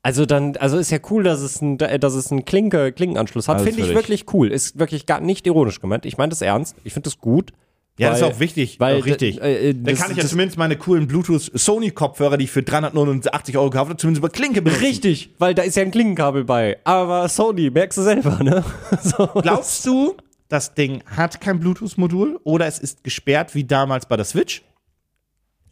Speaker 2: Also dann, also ist ja cool, dass es ein, dass es einen Klinke, Klinkenanschluss hat.
Speaker 1: Alles
Speaker 2: Finde ich
Speaker 1: für dich.
Speaker 2: wirklich cool. Ist wirklich gar nicht ironisch gemeint. Ich meine das ernst. Ich finde das gut.
Speaker 1: Ja, das ist
Speaker 2: weil-
Speaker 1: auch wichtig.
Speaker 2: Weil
Speaker 1: auch richtig.
Speaker 2: äh, äh,
Speaker 1: Dann
Speaker 2: das,
Speaker 1: kann ich ja
Speaker 2: das,
Speaker 1: zumindest meine coolen Bluetooth-Sony-Kopfhörer, die ich für 389 Euro gekauft habe, zumindest über Klinke benutzen.
Speaker 2: richtig, weil da ist ja ein Klinkenkabel bei. Aber Sony, merkst du selber, ne? So.
Speaker 1: Glaubst du, das Ding hat kein Bluetooth-Modul oder es ist gesperrt wie damals bei der Switch?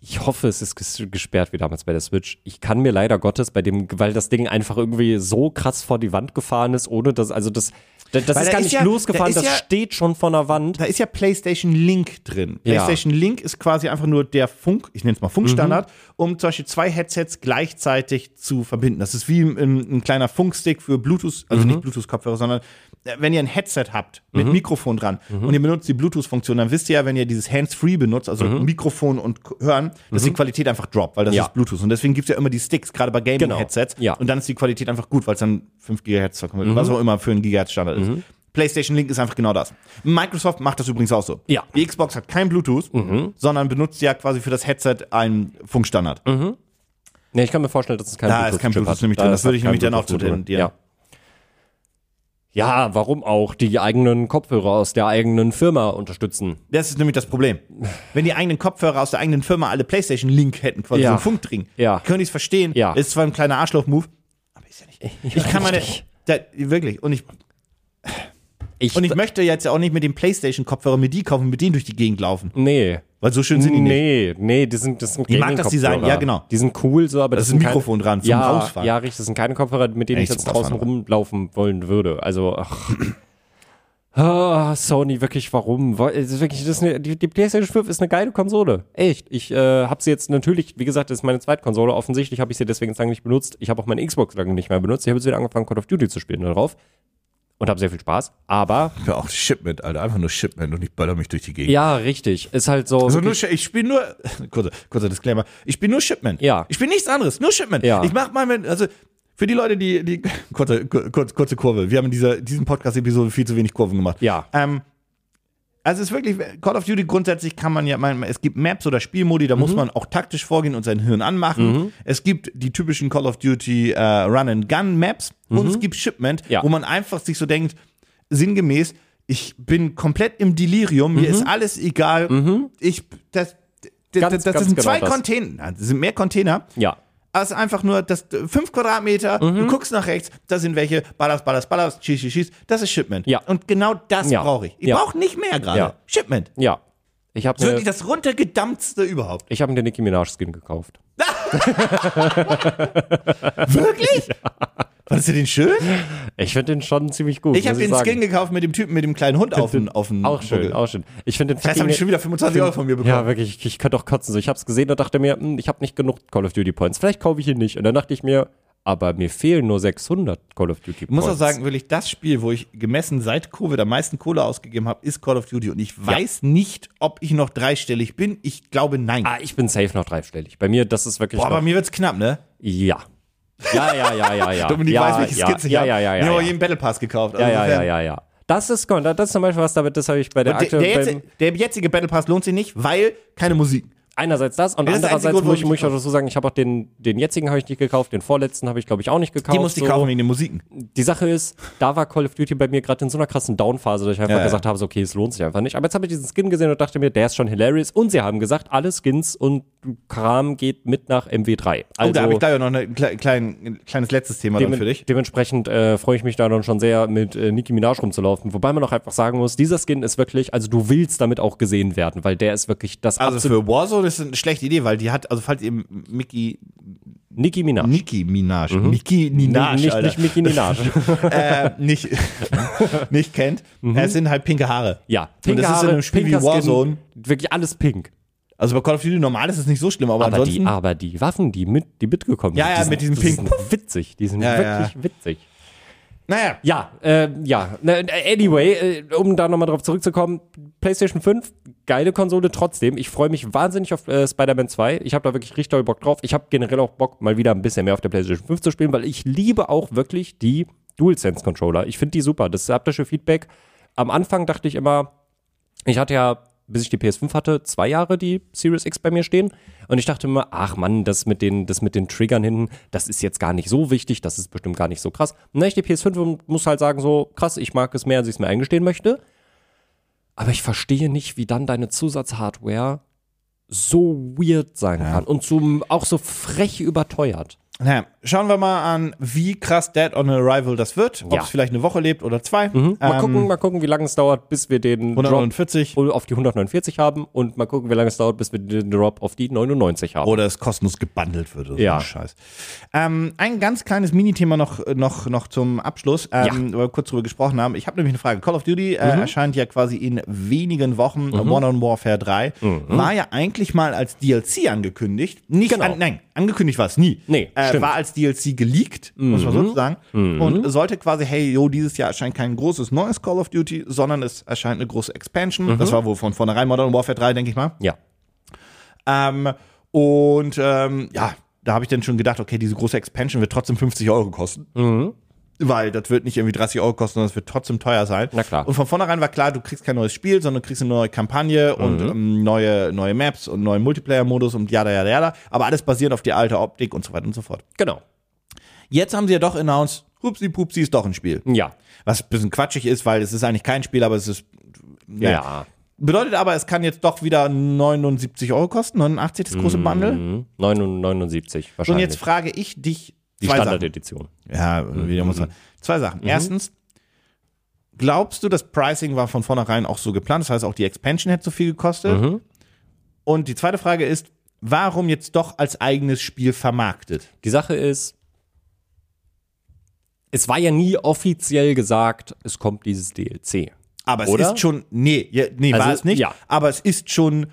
Speaker 2: Ich hoffe, es ist ges- gesperrt wie damals bei der Switch. Ich kann mir leider Gottes bei dem, weil das Ding einfach irgendwie so krass vor die Wand gefahren ist, ohne dass, also das, das, das
Speaker 1: Weil
Speaker 2: ist
Speaker 1: da
Speaker 2: gar
Speaker 1: ist
Speaker 2: nicht
Speaker 1: ja-
Speaker 2: losgefahren,
Speaker 1: da
Speaker 2: das
Speaker 1: ist ja-
Speaker 2: steht schon vor der Wand.
Speaker 1: Da ist ja PlayStation Link drin.
Speaker 2: Ja.
Speaker 1: PlayStation Link ist quasi einfach nur der Funk, ich nenne es mal Funkstandard,
Speaker 2: Mhm.
Speaker 1: um zum Beispiel zwei Headsets gleichzeitig zu verbinden. Das ist wie ein, ein, ein kleiner Funkstick für Bluetooth,
Speaker 2: Mhm.
Speaker 1: also nicht Bluetooth-Kopfhörer, sondern äh, wenn ihr ein Headset habt mit Mikrofon dran
Speaker 2: Mhm.
Speaker 1: und ihr benutzt die Bluetooth-Funktion, dann wisst ihr ja, wenn ihr dieses Hands-Free benutzt, also Mikrofon und K- Hören, dass die Qualität einfach droppt, weil das
Speaker 2: Mhm. Ja.
Speaker 1: ist Bluetooth. Und deswegen gibt es ja immer die Sticks, gerade bei Gaming-Headsets.
Speaker 2: Genau. Ja.
Speaker 1: Und dann ist die Qualität einfach gut, weil es dann 5 GHz, was
Speaker 2: Mhm.
Speaker 1: auch immer für einen Gigahertz-Standard ist. PlayStation Link ist einfach genau das. Microsoft macht das übrigens auch so.
Speaker 2: Ja. Mhm.
Speaker 1: Die Xbox hat kein Bluetooth, sondern benutzt ja quasi für das Headset einen Funkstandard.
Speaker 2: Mhm. Nee, ich kann mir vorstellen, dass es kein
Speaker 1: Da ist kein
Speaker 2: Bluetooth-Chip
Speaker 1: Bluetooth
Speaker 2: hat.
Speaker 1: nämlich drin. Das
Speaker 2: ist halt
Speaker 1: würde ich
Speaker 2: kein
Speaker 1: nämlich dann auch
Speaker 2: Bluetooth
Speaker 1: zu
Speaker 2: drin.
Speaker 1: tendieren.
Speaker 2: Ja. ja, warum auch die eigenen Kopfhörer aus der eigenen Firma unterstützen?
Speaker 1: Das ist nämlich das Problem. Wenn die eigenen Kopfhörer aus der eigenen Firma alle PlayStation Link hätten, quasi
Speaker 2: Ja.
Speaker 1: so einen Funkdring,
Speaker 2: Ja.
Speaker 1: könnte ich es verstehen.
Speaker 2: Ja.
Speaker 1: Ist zwar ein kleiner Arschloch-Move, aber ist ja nicht. ich kann meine.
Speaker 2: richtig.
Speaker 1: Da, wirklich. Und ich,
Speaker 2: Ich,
Speaker 1: und ich möchte jetzt ja auch nicht mit dem PlayStation-Kopfhörer mir die kaufen, mit denen durch die Gegend laufen.
Speaker 2: nee,
Speaker 1: Weil so schön sind die nicht.
Speaker 2: Nee, nee, die sind, das sind
Speaker 1: Die mag das
Speaker 2: Gaming-Kopfhörer.
Speaker 1: Design, ja, genau.
Speaker 2: Die sind cool, so, aber
Speaker 1: Da
Speaker 2: das,
Speaker 1: ist ein
Speaker 2: sind keine-
Speaker 1: Mikrofon dran zum
Speaker 2: ja,
Speaker 1: Rausfahren.
Speaker 2: Ja, richtig, das sind keine Kopfhörer, mit denen
Speaker 1: Ja,
Speaker 2: ich
Speaker 1: nicht
Speaker 2: jetzt
Speaker 1: zum
Speaker 2: draußen
Speaker 1: Rausfahren,
Speaker 2: rumlaufen wollen würde. Also, ach. Ah, Sony, wirklich, warum? Wa- es ist wirklich, das ist eine, die, die PlayStation 5 ist eine geile Konsole. Echt. Ich äh, habe sie jetzt natürlich, wie gesagt, das ist meine Zweitkonsole. Offensichtlich habe ich sie deswegen lange nicht benutzt. Ich habe auch meine Xbox lange nicht mehr benutzt. Ich habe jetzt wieder angefangen, Call of Duty zu spielen darauf. Und habe sehr viel Spaß. Aber,
Speaker 1: Ich hör auch Shipment, Alter. Einfach nur Shipment und ich baller mich durch die Gegend.
Speaker 2: ja, richtig. Ist halt so.
Speaker 1: Also nur, Shi- ich spiele nur, kurzer, kurzer Disclaimer, ich spiele nur Shipment.
Speaker 2: Ja.
Speaker 1: Ich spiele nichts anderes, nur Shipment.
Speaker 2: Ja.
Speaker 1: Ich mach mal, mit- also für die Leute, die, die kurze, kur- kurz, kurze Kurve, wir haben in dieser, diesen Podcast-Episode viel zu wenig Kurven gemacht.
Speaker 2: Ja.
Speaker 1: Ähm, also es ist wirklich, Call of Duty grundsätzlich kann man ja, man, es gibt Maps oder Spielmodi, da
Speaker 2: Mhm.
Speaker 1: muss man auch taktisch vorgehen und sein Hirn anmachen. Es gibt die typischen Call of Duty äh, Run-and-Gun-Maps und es gibt Shipment,
Speaker 2: Mhm. Ja.
Speaker 1: wo man einfach sich so denkt, sinngemäß, ich bin komplett im Delirium,
Speaker 2: Mhm.
Speaker 1: mir ist alles egal. Ich, das, das,
Speaker 2: Ganz,
Speaker 1: das, das
Speaker 2: ganz
Speaker 1: sind
Speaker 2: genau
Speaker 1: zwei
Speaker 2: das.
Speaker 1: Container, das sind mehr Container,
Speaker 2: ja.
Speaker 1: aber es ist Also einfach nur das fünf Quadratmeter, du
Speaker 2: Mhm.
Speaker 1: guckst nach rechts, da sind welche, ballerst, ballerst, ballerst, schieß, schieß, schieß, das ist Shipment.
Speaker 2: Ja.
Speaker 1: Und genau das
Speaker 2: Ja.
Speaker 1: brauche ich. Ich
Speaker 2: Ja.
Speaker 1: brauche nicht mehr gerade.
Speaker 2: Ja. Äh.
Speaker 1: Shipment.
Speaker 2: Ja. Ich habe
Speaker 1: Das ist wirklich
Speaker 2: mir,
Speaker 1: das runtergedampftste überhaupt.
Speaker 2: ich hab mir den Nicki Minaj Skin gekauft.
Speaker 1: Wirklich? Fandest du den schön?
Speaker 2: Ich finde den schon ziemlich gut.
Speaker 1: Ich habe
Speaker 2: muss
Speaker 1: den
Speaker 2: sagen.
Speaker 1: Skin gekauft mit dem Typen mit dem kleinen Hund auf dem auf dem
Speaker 2: Auch schön,
Speaker 1: Buckel.
Speaker 2: auch schön. Ich finde den
Speaker 1: Vielleicht haben die schon wieder 25 Euro von mir bekommen.
Speaker 2: ja, wirklich, ich, ich könnte auch kotzen. So, ich habe es gesehen und dachte mir, hm, ich habe nicht genug Call of Duty Points. Vielleicht kaufe ich ihn nicht. Und dann dachte ich mir, aber mir fehlen nur 600 Call of Duty
Speaker 1: Ich
Speaker 2: Points.
Speaker 1: muss auch sagen, wirklich das Spiel, wo ich gemessen seit Covid am meisten Kohle ausgegeben habe, ist Call of Duty. Und ich weiß nicht, ob ich noch dreistellig bin. Ich glaube, nein.
Speaker 2: Ah, ich bin safe noch dreistellig. Bei mir, das ist wirklich.
Speaker 1: Boah, bei
Speaker 2: noch,
Speaker 1: mir wird's knapp, ne?
Speaker 2: ja. Ja, ja, ja, ja, ja.
Speaker 1: Dominik
Speaker 2: Ah, ja,
Speaker 1: weiß, welche
Speaker 2: ja,
Speaker 1: Skizze ich
Speaker 2: ja,
Speaker 1: hab.
Speaker 2: ja, ja,
Speaker 1: Ich habe
Speaker 2: ja,
Speaker 1: jeden Battle Pass gekauft. Also
Speaker 2: ja, ja, ja,
Speaker 1: insofern-
Speaker 2: ja, ja. Das ist, das ist zum Beispiel was, damit, das habe ich bei der
Speaker 1: Und Der, der,
Speaker 2: aktuellen. beim-
Speaker 1: jetzige, der jetzige Battle Pass lohnt sich nicht, weil keine Musik.
Speaker 2: Einerseits das und
Speaker 1: Das ist der einzige
Speaker 2: andererseits
Speaker 1: Grund,
Speaker 2: muss ich,
Speaker 1: warum
Speaker 2: muss
Speaker 1: ich
Speaker 2: ich auch so sagen, ich habe auch den, den jetzigen habe ich nicht gekauft, den vorletzten habe ich glaube ich auch nicht gekauft.
Speaker 1: Die musste ich
Speaker 2: so. Oh,
Speaker 1: kaufen wegen den Musiken.
Speaker 2: Die Sache ist, da war Call of Duty bei mir gerade in so einer krassen Downphase, dass ich einfach
Speaker 1: ja.
Speaker 2: gesagt habe, so, okay, es lohnt sich einfach nicht. Aber jetzt habe ich diesen Skin gesehen und dachte mir, der ist schon hilarious. Und sie haben gesagt, alle Skins und Kram geht mit nach MW3. Also
Speaker 1: oh, da habe ich gleich noch eine, kle- klein, ein kleines letztes Thema dann
Speaker 2: Demen-
Speaker 1: für dich.
Speaker 2: Dementsprechend äh, freue ich mich da dann schon sehr, mit äh, Nicki Minaj rumzulaufen. Wobei man auch einfach sagen muss, dieser Skin ist wirklich, also du willst damit auch gesehen werden, weil der ist wirklich das
Speaker 1: Also
Speaker 2: absolute
Speaker 1: für Warzone ist das eine schlechte Idee, weil die hat, also falls ihr Mickey,
Speaker 2: Nicki Minaj.
Speaker 1: Nicki Minaj, Nicki Minaj,
Speaker 2: Mhm. nicht,
Speaker 1: Alter.
Speaker 2: nicht Nicki Minaj.
Speaker 1: äh, nicht, nicht kennt. Es sind halt pinke Haare.
Speaker 2: Mhm. Ja,
Speaker 1: Und das ist in einem Spiel wie
Speaker 2: pinker Skin,
Speaker 1: Warzone.
Speaker 2: wirklich alles pink.
Speaker 1: Also bei Call of Duty normal ist es nicht so schlimm, aber,
Speaker 2: Aber
Speaker 1: ansonsten.
Speaker 2: die, aber die Waffen, die, mit, die mitgekommen
Speaker 1: Ja,
Speaker 2: sind,
Speaker 1: ja,
Speaker 2: die sind,
Speaker 1: mit diesem
Speaker 2: die
Speaker 1: pinken
Speaker 2: sind witzig. Die sind
Speaker 1: Ja,
Speaker 2: wirklich witzig.
Speaker 1: naja.
Speaker 2: Ja, äh, ja. Na, Anyway, äh, um da nochmal drauf zurückzukommen, PlayStation 5, geile Konsole trotzdem. Ich freue mich wahnsinnig auf äh, Spider-Man 2. Ich habe da wirklich richtig doll Bock drauf. Ich habe generell auch Bock, mal wieder ein bisschen mehr auf der PlayStation 5 zu spielen, weil ich liebe auch wirklich die DualSense-Controller. Ich finde die super. Das haptische Feedback. Am Anfang dachte ich immer, ich hatte ja, bis ich die PS5 hatte, zwei Jahre die Series X bei mir stehen. Und ich dachte immer, ach Mann, das mit den, das mit den Triggern hinten, das ist jetzt gar nicht so wichtig, das ist bestimmt gar nicht so krass. Und dann ich die PS5 und muss halt sagen, so krass, ich mag es mehr, als ich es mir eingestehen möchte. Aber ich verstehe nicht, wie dann deine Zusatzhardware so weird sein kann und so, auch so frech überteuert.
Speaker 1: Naja, schauen wir mal an, wie krass Dead on Arrival das wird. Ob
Speaker 2: Ja.
Speaker 1: es vielleicht eine Woche lebt oder zwei.
Speaker 2: Mal
Speaker 1: Ähm,
Speaker 2: gucken, mal gucken, wie lange es dauert, bis wir den Drop
Speaker 1: 149.
Speaker 2: auf die 149 haben und mal gucken, wie lange es dauert, bis wir den Drop auf die 99 haben.
Speaker 1: Oder es kostenlos gebundelt wird. oder
Speaker 2: Ja.
Speaker 1: So ein Scheiß. Ähm, ein ganz kleines Minithema noch, noch, noch zum Abschluss, ähm, weil wir kurz drüber gesprochen haben. Ich habe nämlich eine Frage. Call of Duty äh,
Speaker 2: Mhm.
Speaker 1: erscheint ja quasi in wenigen Wochen. Modern Warfare 3
Speaker 2: Mhm.
Speaker 1: war ja eigentlich mal als DLC angekündigt. Nicht
Speaker 2: Genau.
Speaker 1: an, nein, angekündigt war es nie.
Speaker 2: Nee,
Speaker 1: äh,
Speaker 2: stimmt. Mhm.
Speaker 1: war als DLC geleakt, muss man so sagen. Und sollte quasi, hey, yo, dieses Jahr erscheint kein großes neues Call of Duty, sondern es erscheint eine große Expansion.
Speaker 2: Mhm.
Speaker 1: Das war wohl von vornherein Modern Warfare 3, denke ich mal.
Speaker 2: Ja.
Speaker 1: Ähm, und ähm, ja, da habe ich dann schon gedacht, okay, diese große Expansion wird trotzdem 50 Euro kosten.
Speaker 2: Mhm.
Speaker 1: Weil das wird nicht irgendwie 30 Euro kosten, sondern es wird trotzdem teuer sein.
Speaker 2: Na klar.
Speaker 1: Und von vornherein war klar, du kriegst kein neues Spiel, sondern du kriegst eine neue Kampagne und
Speaker 2: Mhm.
Speaker 1: ähm, neue, neue Maps und neuen Multiplayer-Modus und jada, jada, jada. Aber alles basierend auf die alte Optik und so weiter und so fort.
Speaker 2: Genau.
Speaker 1: Jetzt haben sie ja doch announced, hupsi pupsi ist doch ein Spiel.
Speaker 2: Ja.
Speaker 1: Was ein bisschen quatschig ist, weil es ist eigentlich kein Spiel, aber es ist.
Speaker 2: Ja.
Speaker 1: naja. Bedeutet aber, es kann jetzt doch wieder 79 Euro kosten, 89 das große Bundle.
Speaker 2: Mhm. 79 wahrscheinlich.
Speaker 1: Und jetzt frage ich dich
Speaker 2: die Mhm.
Speaker 1: zwei Sachen.
Speaker 2: Standardedition.
Speaker 1: Ja, wieder muss man. Zwei
Speaker 2: Mhm.
Speaker 1: Sachen. Erstens,
Speaker 2: Mhm.
Speaker 1: glaubst du, das Pricing war von vornherein auch so geplant? Das heißt, auch die Expansion hätte so viel gekostet? Und die zweite Frage ist, warum jetzt doch als eigenes Spiel vermarktet?
Speaker 2: Die Sache ist, es war ja nie offiziell gesagt, es kommt dieses DLC.
Speaker 1: Aber es
Speaker 2: Oder?
Speaker 1: ist schon, nee, ja, nee
Speaker 2: Also,
Speaker 1: war es nicht,
Speaker 2: ja.
Speaker 1: aber es ist schon,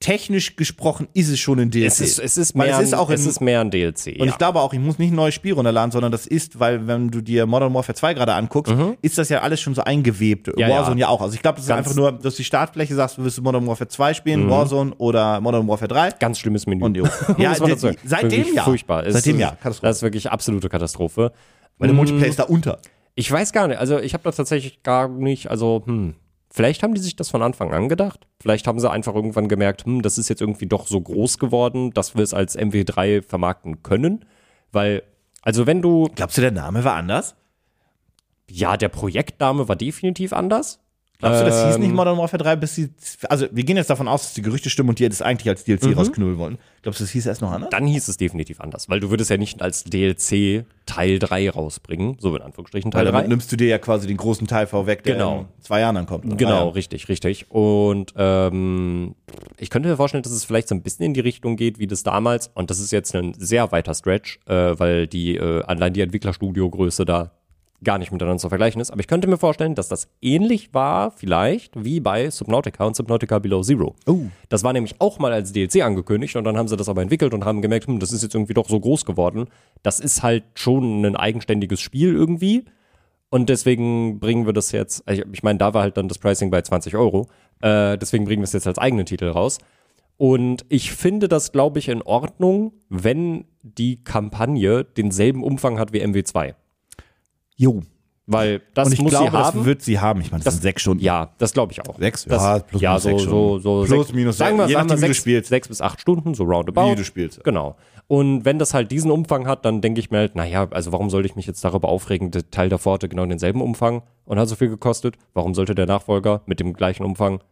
Speaker 1: technisch gesprochen ist es schon ein DLC.
Speaker 2: Es ist, es ist,
Speaker 1: Weil
Speaker 2: mehr,
Speaker 1: es ist auch
Speaker 2: ein,
Speaker 1: in,
Speaker 2: es ist mehr ein DLC.
Speaker 1: und
Speaker 2: ja.
Speaker 1: ich glaube auch, ich muss nicht ein neues Spiel runterladen, sondern das ist, weil wenn du dir Modern Warfare 2 gerade anguckst, ist das ja alles schon so eingewebt.
Speaker 2: Mhm. Ja, ja.
Speaker 1: Warzone ja. auch. Also ich glaube, das ist
Speaker 2: Ganz- Mhm.
Speaker 1: einfach nur, dass die Startfläche sagst, du willst Modern Warfare 2 spielen, Warzone oder Modern Warfare 3.
Speaker 2: Ganz schlimmes Menü.
Speaker 1: Und jo. Ja,
Speaker 2: Muss man
Speaker 1: die-
Speaker 2: dazu sagen.
Speaker 1: die- seitdem
Speaker 2: Wirklich
Speaker 1: ja.
Speaker 2: Furchtbar. Es
Speaker 1: Seitdem
Speaker 2: ist, Ähm,
Speaker 1: ja. Katastrophe.
Speaker 2: Das ist wirklich absolute Katastrophe.
Speaker 1: Weil der Multiplayer ist da unter.
Speaker 2: Ich weiß gar nicht, also ich habe da tatsächlich gar nicht, also hm, vielleicht haben die sich das von Anfang an gedacht. Vielleicht haben sie einfach irgendwann gemerkt, hm, das ist jetzt irgendwie doch so groß geworden, dass wir es als MW3 vermarkten können. Weil, also wenn du,
Speaker 1: Glaubst du, der Name war anders?
Speaker 2: ja, der Projektname war definitiv anders.
Speaker 1: Glaubst du, das hieß nicht
Speaker 2: Ähm,
Speaker 1: Modern Warfare 3, bis sie. Also, wir gehen jetzt davon aus, dass die Gerüchte stimmen und die das eigentlich als DLC
Speaker 2: Mhm.
Speaker 1: rausknüllen wollen. Glaubst du, das hieß erst noch anders?
Speaker 2: Dann hieß es definitiv anders, weil du würdest ja nicht als DLC Teil 3 rausbringen, so in Anführungsstrichen
Speaker 1: Weil
Speaker 2: Teil
Speaker 1: damit
Speaker 2: 3.
Speaker 1: nimmst du dir ja quasi den großen Teil vorweg, der
Speaker 2: Genau.
Speaker 1: in zwei Jahren dann kommt. Ah, Oder
Speaker 2: Genau,
Speaker 1: drei Jahren.
Speaker 2: richtig, richtig. Und ähm, ich könnte mir vorstellen, dass es vielleicht so ein bisschen in die Richtung geht, wie das damals, und das ist jetzt ein sehr weiter Stretch, äh, weil die äh, allein die Entwicklerstudio-Größe da gar nicht miteinander zu vergleichen ist. Aber ich könnte mir vorstellen, dass das ähnlich war, vielleicht, wie bei Subnautica und Subnautica Below Zero. Das war nämlich auch mal als DLC angekündigt und dann haben sie das aber entwickelt und haben gemerkt, hm, das ist jetzt irgendwie doch so groß geworden. Das ist halt schon ein eigenständiges Spiel irgendwie. Und deswegen bringen wir das jetzt, ich, ich meine, da war halt dann das Pricing bei 20 Euro. Äh, deswegen bringen wir es jetzt als eigenen Titel raus. Und ich finde das, glaube ich, in Ordnung, wenn die Kampagne denselben Umfang hat wie MW2.
Speaker 1: Jo.
Speaker 2: Weil das
Speaker 1: Und ich
Speaker 2: muss
Speaker 1: glaube,
Speaker 2: sie haben.
Speaker 1: das wird sie haben. Ich meine, das, sind sechs Stunden.
Speaker 2: ja, das glaube ich auch.
Speaker 1: Sechs?
Speaker 2: das,
Speaker 1: Ja, plus
Speaker 2: ja,
Speaker 1: minus
Speaker 2: so,
Speaker 1: sechs
Speaker 2: so, so
Speaker 1: Plus
Speaker 2: sechs,
Speaker 1: minus
Speaker 2: sagen
Speaker 1: sechs.
Speaker 2: wir,
Speaker 1: Je
Speaker 2: sagen wir
Speaker 1: nachdem, wie du
Speaker 2: sechs,
Speaker 1: spielst.
Speaker 2: sechs bis acht Stunden, so roundabout.
Speaker 1: Wie du spielst.
Speaker 2: Genau. Und wenn das halt diesen Umfang hat, dann denke ich mir halt, naja, also warum sollte ich mich jetzt darüber aufregen? Der Teil davor hatte genau denselben Umfang und hat so viel gekostet. Warum sollte der Nachfolger mit dem gleichen Umfang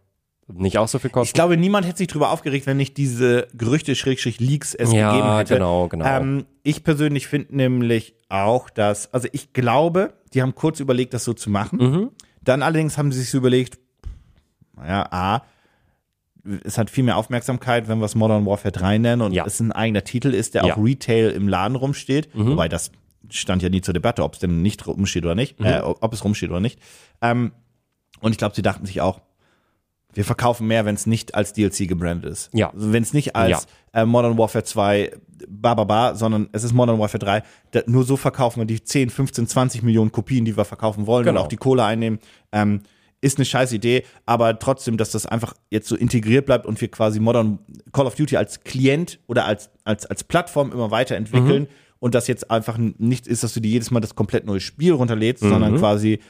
Speaker 2: nicht auch so viel
Speaker 1: Ich
Speaker 2: kosten?
Speaker 1: glaube, niemand hätte sich darüber aufgeregt, wenn nicht diese Gerüchte, Schrägstrich, Leaks es
Speaker 2: Ja,
Speaker 1: gegeben hätte.
Speaker 2: genau, genau.
Speaker 1: Ähm, ich persönlich finde nämlich auch, dass, also ich glaube, die haben kurz überlegt, das so zu machen.
Speaker 2: Mhm.
Speaker 1: Dann allerdings haben sie sich so überlegt, naja, A, es hat viel mehr Aufmerksamkeit, wenn wir es Modern Warfare 3 nennen und
Speaker 2: Ja.
Speaker 1: es ein eigener Titel ist, der
Speaker 2: Ja. Mhm.
Speaker 1: auch Retail im Laden rumsteht. Wobei das stand ja nie zur Debatte, ob es denn nicht rumsteht oder
Speaker 2: Mhm.
Speaker 1: nicht, äh, ob es rumsteht oder nicht. Ähm, und ich glaube, sie dachten sich auch, wir verkaufen mehr, wenn es nicht als DLC gebrandet ist.
Speaker 2: Ja.
Speaker 1: Also wenn es nicht als äh, Modern Warfare 2, ba, ba, ba, sondern es ist Modern Warfare 3. Da, nur so verkaufen wir die 10, 15, 20 Millionen Kopien, die wir verkaufen wollen
Speaker 2: Genau.
Speaker 1: und auch die Kohle einnehmen. Ähm, ist eine scheiß Idee, aber trotzdem, dass das einfach jetzt so integriert bleibt und wir quasi Modern Call of Duty als Klient oder als, als, als Plattform immer weiterentwickeln
Speaker 2: Mhm.
Speaker 1: und das jetzt einfach nicht ist, dass du dir jedes Mal das komplett neue Spiel runterlädst,
Speaker 2: Mhm.
Speaker 1: sondern quasi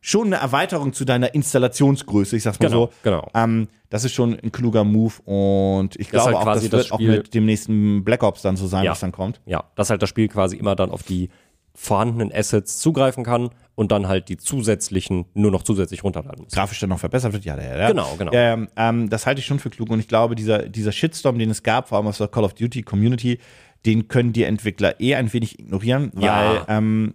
Speaker 1: schon eine Erweiterung zu deiner Installationsgröße, ich sag's mal
Speaker 2: Genau,
Speaker 1: so.
Speaker 2: genau.
Speaker 1: Ähm, das ist schon ein kluger Move und ich
Speaker 2: Das ist
Speaker 1: glaube
Speaker 2: halt
Speaker 1: auch, das
Speaker 2: quasi
Speaker 1: wird
Speaker 2: das
Speaker 1: auch
Speaker 2: Spiel-
Speaker 1: mit dem nächsten Black Ops dann so sein,
Speaker 2: Ja.
Speaker 1: was dann kommt.
Speaker 2: ja, dass halt das Spiel quasi immer dann auf die vorhandenen Assets zugreifen kann und dann halt die zusätzlichen nur noch zusätzlich runterladen muss.
Speaker 1: Grafisch dann noch verbessert wird, ja, ja, ja.
Speaker 2: Genau, genau.
Speaker 1: Ähm, ähm, das halte ich schon für klug und ich glaube, dieser, dieser Shitstorm, den es gab, vor allem aus der Call of Duty Community, den können die Entwickler eh ein wenig ignorieren, weil
Speaker 2: Ja.
Speaker 1: ähm,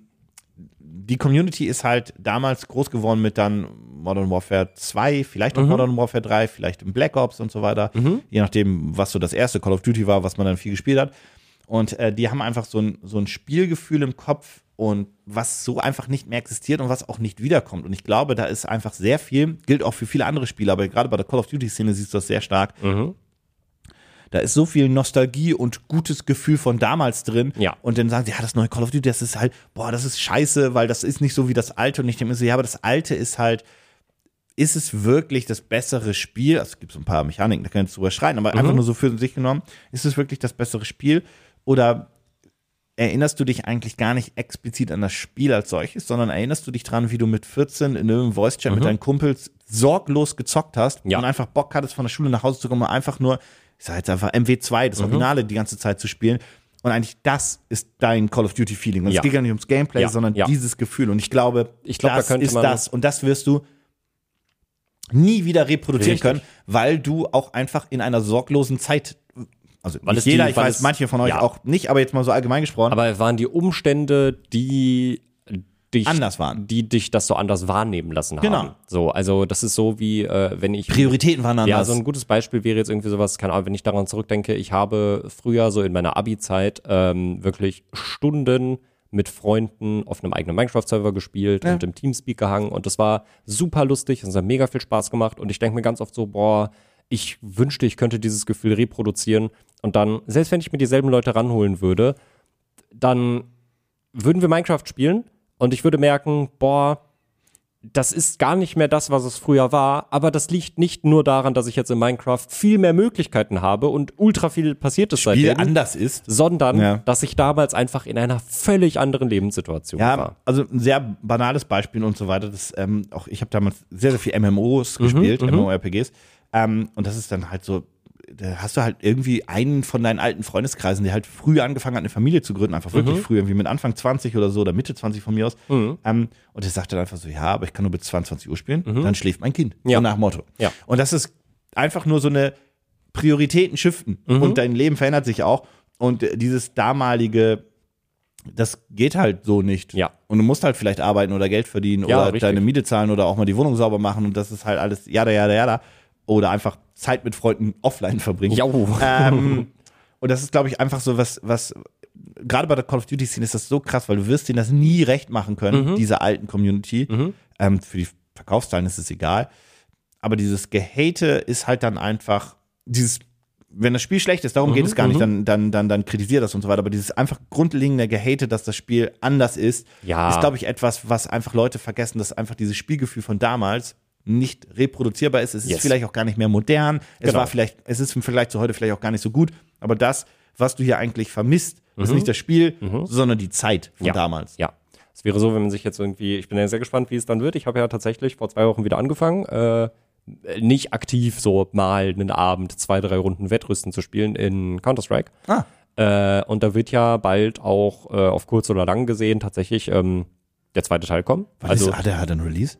Speaker 1: die Community ist halt damals groß geworden mit dann Modern Warfare 2, vielleicht auch
Speaker 2: Mhm.
Speaker 1: Modern Warfare 3, vielleicht im Black Ops und so weiter, je nachdem, was so das erste Call of Duty war, was man dann viel gespielt hat. Und äh, die haben einfach so ein, so ein Spielgefühl im Kopf und was so einfach nicht mehr existiert und was auch nicht wiederkommt. Und ich glaube, da ist einfach sehr viel, gilt auch für viele andere Spiele, aber gerade bei der Call of Duty-Szene siehst du das sehr stark. Da ist so viel Nostalgie und gutes Gefühl von damals drin.
Speaker 2: Ja.
Speaker 1: Und dann sagen sie, ja, das neue Call of Duty, das ist halt, boah, das ist scheiße, weil das ist nicht so wie das alte. Und ich denke mir so, ja, aber das alte ist halt, ist es wirklich das bessere Spiel? Also, es gibt so ein paar Mechaniken, da kannst du drüber schreien, aber
Speaker 2: Mhm.
Speaker 1: einfach nur so für sich genommen. Ist es wirklich das bessere Spiel? Oder erinnerst du dich eigentlich gar nicht explizit an das Spiel als solches, sondern erinnerst du dich dran, wie du mit 14 in einem Voice-Chat mit deinen Kumpels sorglos gezockt hast
Speaker 2: Mhm. Ja.
Speaker 1: und einfach Bock hattest, von der Schule nach Hause zu kommen und einfach nur, ich sag jetzt einfach MW2,
Speaker 2: Mhm.
Speaker 1: das Originale, die ganze Zeit zu spielen. Und eigentlich das ist dein Call of Duty-Feeling. Und
Speaker 2: Ja.
Speaker 1: es geht gar nicht ums Gameplay,
Speaker 2: Ja,
Speaker 1: sondern
Speaker 2: ja.
Speaker 1: dieses Gefühl. Und ich glaube,
Speaker 2: Ich glaub, da
Speaker 1: das
Speaker 2: könnte
Speaker 1: ist
Speaker 2: man-
Speaker 1: das. Und das wirst du nie wieder reproduzieren
Speaker 2: Richtig.
Speaker 1: können, weil du auch einfach in einer sorglosen Zeit, also
Speaker 2: Weil
Speaker 1: nicht
Speaker 2: es die-
Speaker 1: jeder, ich
Speaker 2: weil
Speaker 1: weiß,
Speaker 2: es-
Speaker 1: manche von euch
Speaker 2: ja.
Speaker 1: auch nicht, aber jetzt mal so allgemein gesprochen,
Speaker 2: Aber waren die Umstände, die dich,
Speaker 1: Anders waren.
Speaker 2: die dich das so anders wahrnehmen lassen
Speaker 1: Genau.
Speaker 2: haben. So, also das ist so wie, äh, wenn ich
Speaker 1: Prioritäten waren anders.
Speaker 2: ja, so ein gutes Beispiel wäre jetzt irgendwie sowas, keine Ahnung, wenn ich daran zurückdenke, ich habe früher so in meiner Abi-Zeit ähm, wirklich Stunden mit Freunden auf einem eigenen Minecraft-Server gespielt und im Teamspeak gehangen und das war super lustig und es hat mega viel Spaß gemacht und ich denke mir ganz oft so, boah, ich wünschte, ich könnte dieses Gefühl reproduzieren und dann, selbst wenn ich mir dieselben Leute ranholen würde, dann würden wir Minecraft spielen und ich würde merken, boah, das ist gar nicht mehr das, was es früher war, aber das liegt nicht nur daran, dass ich jetzt in Minecraft viel mehr Möglichkeiten habe und ultra viel passiert ist
Speaker 1: Spiel
Speaker 2: seitdem,
Speaker 1: anders ist.
Speaker 2: sondern
Speaker 1: Ja.
Speaker 2: dass ich damals einfach in einer völlig anderen Lebenssituation
Speaker 1: Ja,
Speaker 2: war.
Speaker 1: also ein sehr banales Beispiel und so weiter. Das, ähm, auch ich habe damals sehr, sehr viel
Speaker 2: Mhm,
Speaker 1: MMOs gespielt, MMORPGs. Ähm, und das ist dann halt so, da hast du halt irgendwie einen von deinen alten Freundeskreisen, der halt früh angefangen hat, eine Familie zu gründen, einfach
Speaker 2: Mhm.
Speaker 1: wirklich früh, irgendwie mit Anfang 20 oder so oder Mitte 20 von mir aus. Ähm, und der sagt dann einfach so, ja, aber ich kann nur bis 22 Uhr spielen, dann schläft mein Kind.
Speaker 2: Mhm. Ja.
Speaker 1: So nach Motto.
Speaker 2: Ja.
Speaker 1: Und das ist einfach nur so eine Prioritäten shiften.
Speaker 2: Mhm.
Speaker 1: Und dein Leben verändert sich auch. Und äh, dieses damalige das geht halt so nicht.
Speaker 2: Ja.
Speaker 1: Und du musst halt vielleicht arbeiten oder Geld verdienen
Speaker 2: Ja,
Speaker 1: oder
Speaker 2: richtig.
Speaker 1: deine Miete zahlen oder auch mal die Wohnung sauber machen und das ist halt alles jada, jada, jada. Oder einfach Zeit mit Freunden offline verbringen.
Speaker 2: Jau.
Speaker 1: Ähm, und das ist, glaube ich, einfach so was, was gerade bei der Call of Duty-Szene ist das so krass, weil du wirst denen das nie recht machen
Speaker 2: Mhm.
Speaker 1: können, dieser alten Community. Ähm, für die Verkaufszahlen ist es egal. Aber dieses Gehate ist halt dann einfach dieses, wenn das Spiel schlecht ist, darum
Speaker 2: Mhm,
Speaker 1: geht es gar nicht, dann, dann, dann, dann kritisier das und so weiter. Aber dieses einfach grundlegende Gehate, dass das Spiel anders ist,
Speaker 2: Ja.
Speaker 1: ist, glaube ich, etwas, was einfach Leute vergessen, dass einfach dieses Spielgefühl von damals nicht reproduzierbar ist. Es ist
Speaker 2: Yes.
Speaker 1: vielleicht auch gar nicht mehr modern. Es
Speaker 2: Genau.
Speaker 1: war vielleicht, es ist im Vergleich zu heute vielleicht auch gar nicht so gut. Aber das, was du hier eigentlich vermisst, ist nicht das Spiel, sondern die Zeit von
Speaker 2: Mhm. Ja.
Speaker 1: damals.
Speaker 2: Ja. Es wäre so, wenn man sich jetzt irgendwie, ich bin ja sehr gespannt, wie es dann wird. Ich habe ja tatsächlich vor zwei Wochen wieder angefangen, äh, nicht aktiv so mal einen Abend zwei, drei Runden Wettrüsten zu spielen in Counter-Strike.
Speaker 1: Ah.
Speaker 2: Äh, und da wird ja bald auch äh, auf kurz oder lang gesehen tatsächlich ähm, der zweite Teil kommen.
Speaker 1: Weil
Speaker 2: also
Speaker 1: das, ah, der hat einen Release.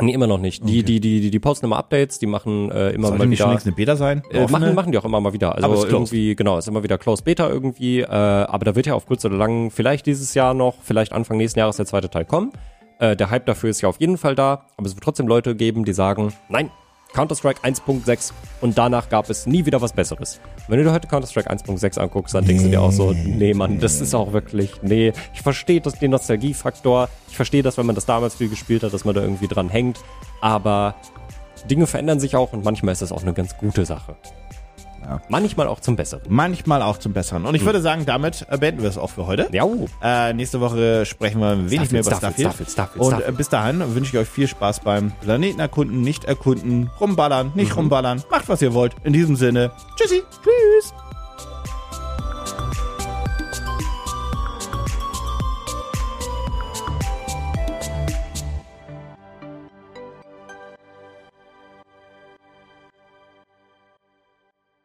Speaker 2: nee, immer noch nicht. Die, die, die, die, die posten immer Updates, die machen äh, immer
Speaker 1: Sollte
Speaker 2: mal
Speaker 1: nicht schon
Speaker 2: wieder.
Speaker 1: längst eine Beta sein?
Speaker 2: Äh,
Speaker 1: Offene?
Speaker 2: machen, machen die auch immer mal wieder.
Speaker 1: Aber ist
Speaker 2: Also
Speaker 1: closed.
Speaker 2: irgendwie, genau, ist immer wieder Closed Beta irgendwie. Äh, aber da wird ja auf kurz oder lang, vielleicht dieses Jahr noch, vielleicht Anfang nächsten Jahres der zweite Teil kommen. Äh, der Hype dafür ist ja auf jeden Fall da. Aber es wird trotzdem Leute geben, die sagen, nein, Counter-Strike 1.6 und danach gab es nie wieder was Besseres. Wenn du dir heute Counter-Strike 1.6 anguckst, dann denkst du dir auch so, nee, Mann, das ist auch wirklich, nee. Ich verstehe das- den Nostalgiefaktor. Ich verstehe das, wenn man das damals viel gespielt hat, dass man da irgendwie dran hängt. Aber Dinge verändern sich auch und manchmal ist das auch eine ganz gute Sache. Manchmal auch zum Besseren.
Speaker 1: Manchmal auch zum Besseren. Und ich würde sagen, damit äh, beenden wir es auch für heute.
Speaker 2: Ja.
Speaker 1: Äh, nächste Woche sprechen wir ein wenig
Speaker 2: Starfield,
Speaker 1: mehr über
Speaker 2: Starfield,
Speaker 1: Starfield.
Speaker 2: Starfield, Starfield,
Speaker 1: Und äh,
Speaker 2: Starfield.
Speaker 1: bis dahin wünsche ich euch viel Spaß beim Planeten
Speaker 2: Mhm.
Speaker 1: erkunden, nicht erkunden, rumballern, nicht rumballern. Macht, was ihr wollt. In diesem Sinne, tschüssi. Tschüss.